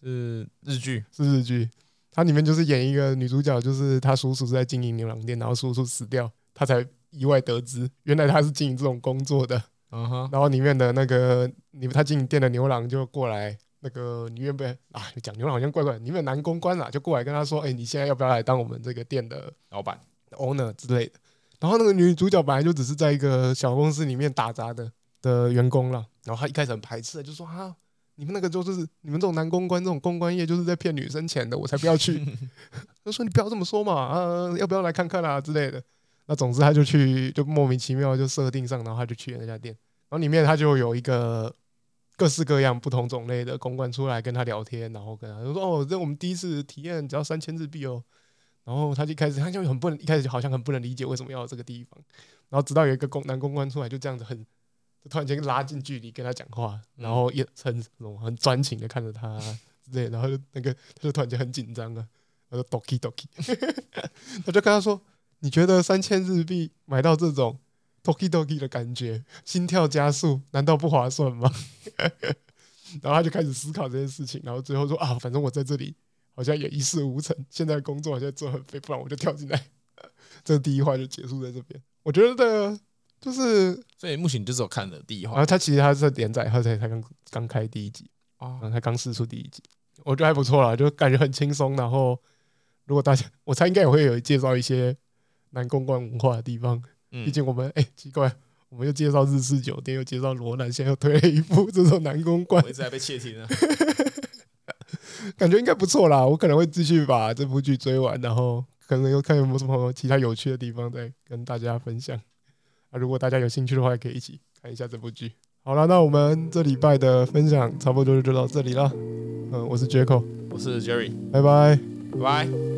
Speaker 2: 是日剧，
Speaker 1: 是日剧。它里面就是演一个女主角，就是她叔叔是在经营牛郎店，然后叔叔死掉，她才意外得知原来她是经营这种工作的。
Speaker 2: 嗯哼，
Speaker 1: 然后里面的那个你他经营店的牛郎就过来，那个你原本啊讲牛郎好像怪怪的，你们男公关啦就过来跟他说，哎、你现在要不要来当我们这个店的
Speaker 2: 老板，
Speaker 1: owner 之类的。然后那个女主角本来就只是在一个小公司里面打杂的的员工啦，然后她一开始很排斥，就说啊，你们那个就是你们这种男公关这种公关业就是在骗女生钱的，我才不要去。 她说你不要这么说嘛，啊，要不要来看看啊之类的。那总之她就去，就莫名其妙就设定上，然后她就去了那家店，然后里面她就有一个。各式各样、不同种类的公关出来跟她聊天，然后跟她就说：“哦，这我们第一次体验只要三千日币哦。”然后他就开始，他就很不能，一开始就好像很不能理解为什么要有这个地方。然后直到有一个公男公关出来，就这样子很，就突然间拉近距离跟他讲话，然后也很什么很专情的看着他之类的，然后就那个他就突然间很紧张啊，他说 doki doki，他 就跟他说：“你觉得三千日币买到这种 doki doki 的感觉，心跳加速，难道不划算吗？” 然后他就开始思考这件事情，然后最后说：“啊，反正我在这里好像也一事无成，现在工作好像做得很废，不然我就跳进来。 这第一话就结束在这边。我觉得就是，
Speaker 2: 所以目前你就只有看了第一
Speaker 1: 然
Speaker 2: 话
Speaker 1: 后他其实他是连载，他才才刚刚开第一集，然
Speaker 2: 哦，
Speaker 1: 后才刚试出第一集，我觉得还不错啦，就感觉很轻松。然后如果大家，我猜应该也会有介绍一些南公关文化的地方，
Speaker 2: 嗯
Speaker 1: 毕竟我们哎、奇怪，我们又介绍日式酒店，又介绍罗兰，现在又推了一部这种南公关
Speaker 2: 我一，直在被窃听啊，
Speaker 1: 感觉应该不错啦。我可能会继续把这部剧追完，然后可能又看有没有什么其他有趣的地方再跟大家分享。啊，如果大家有兴趣的话，也可以一起看一下这部剧。好了，那我们这礼拜的分享差不多就到这里了。嗯，我是杰口，
Speaker 2: 我是 Jerry，
Speaker 1: 拜拜。
Speaker 2: 拜拜。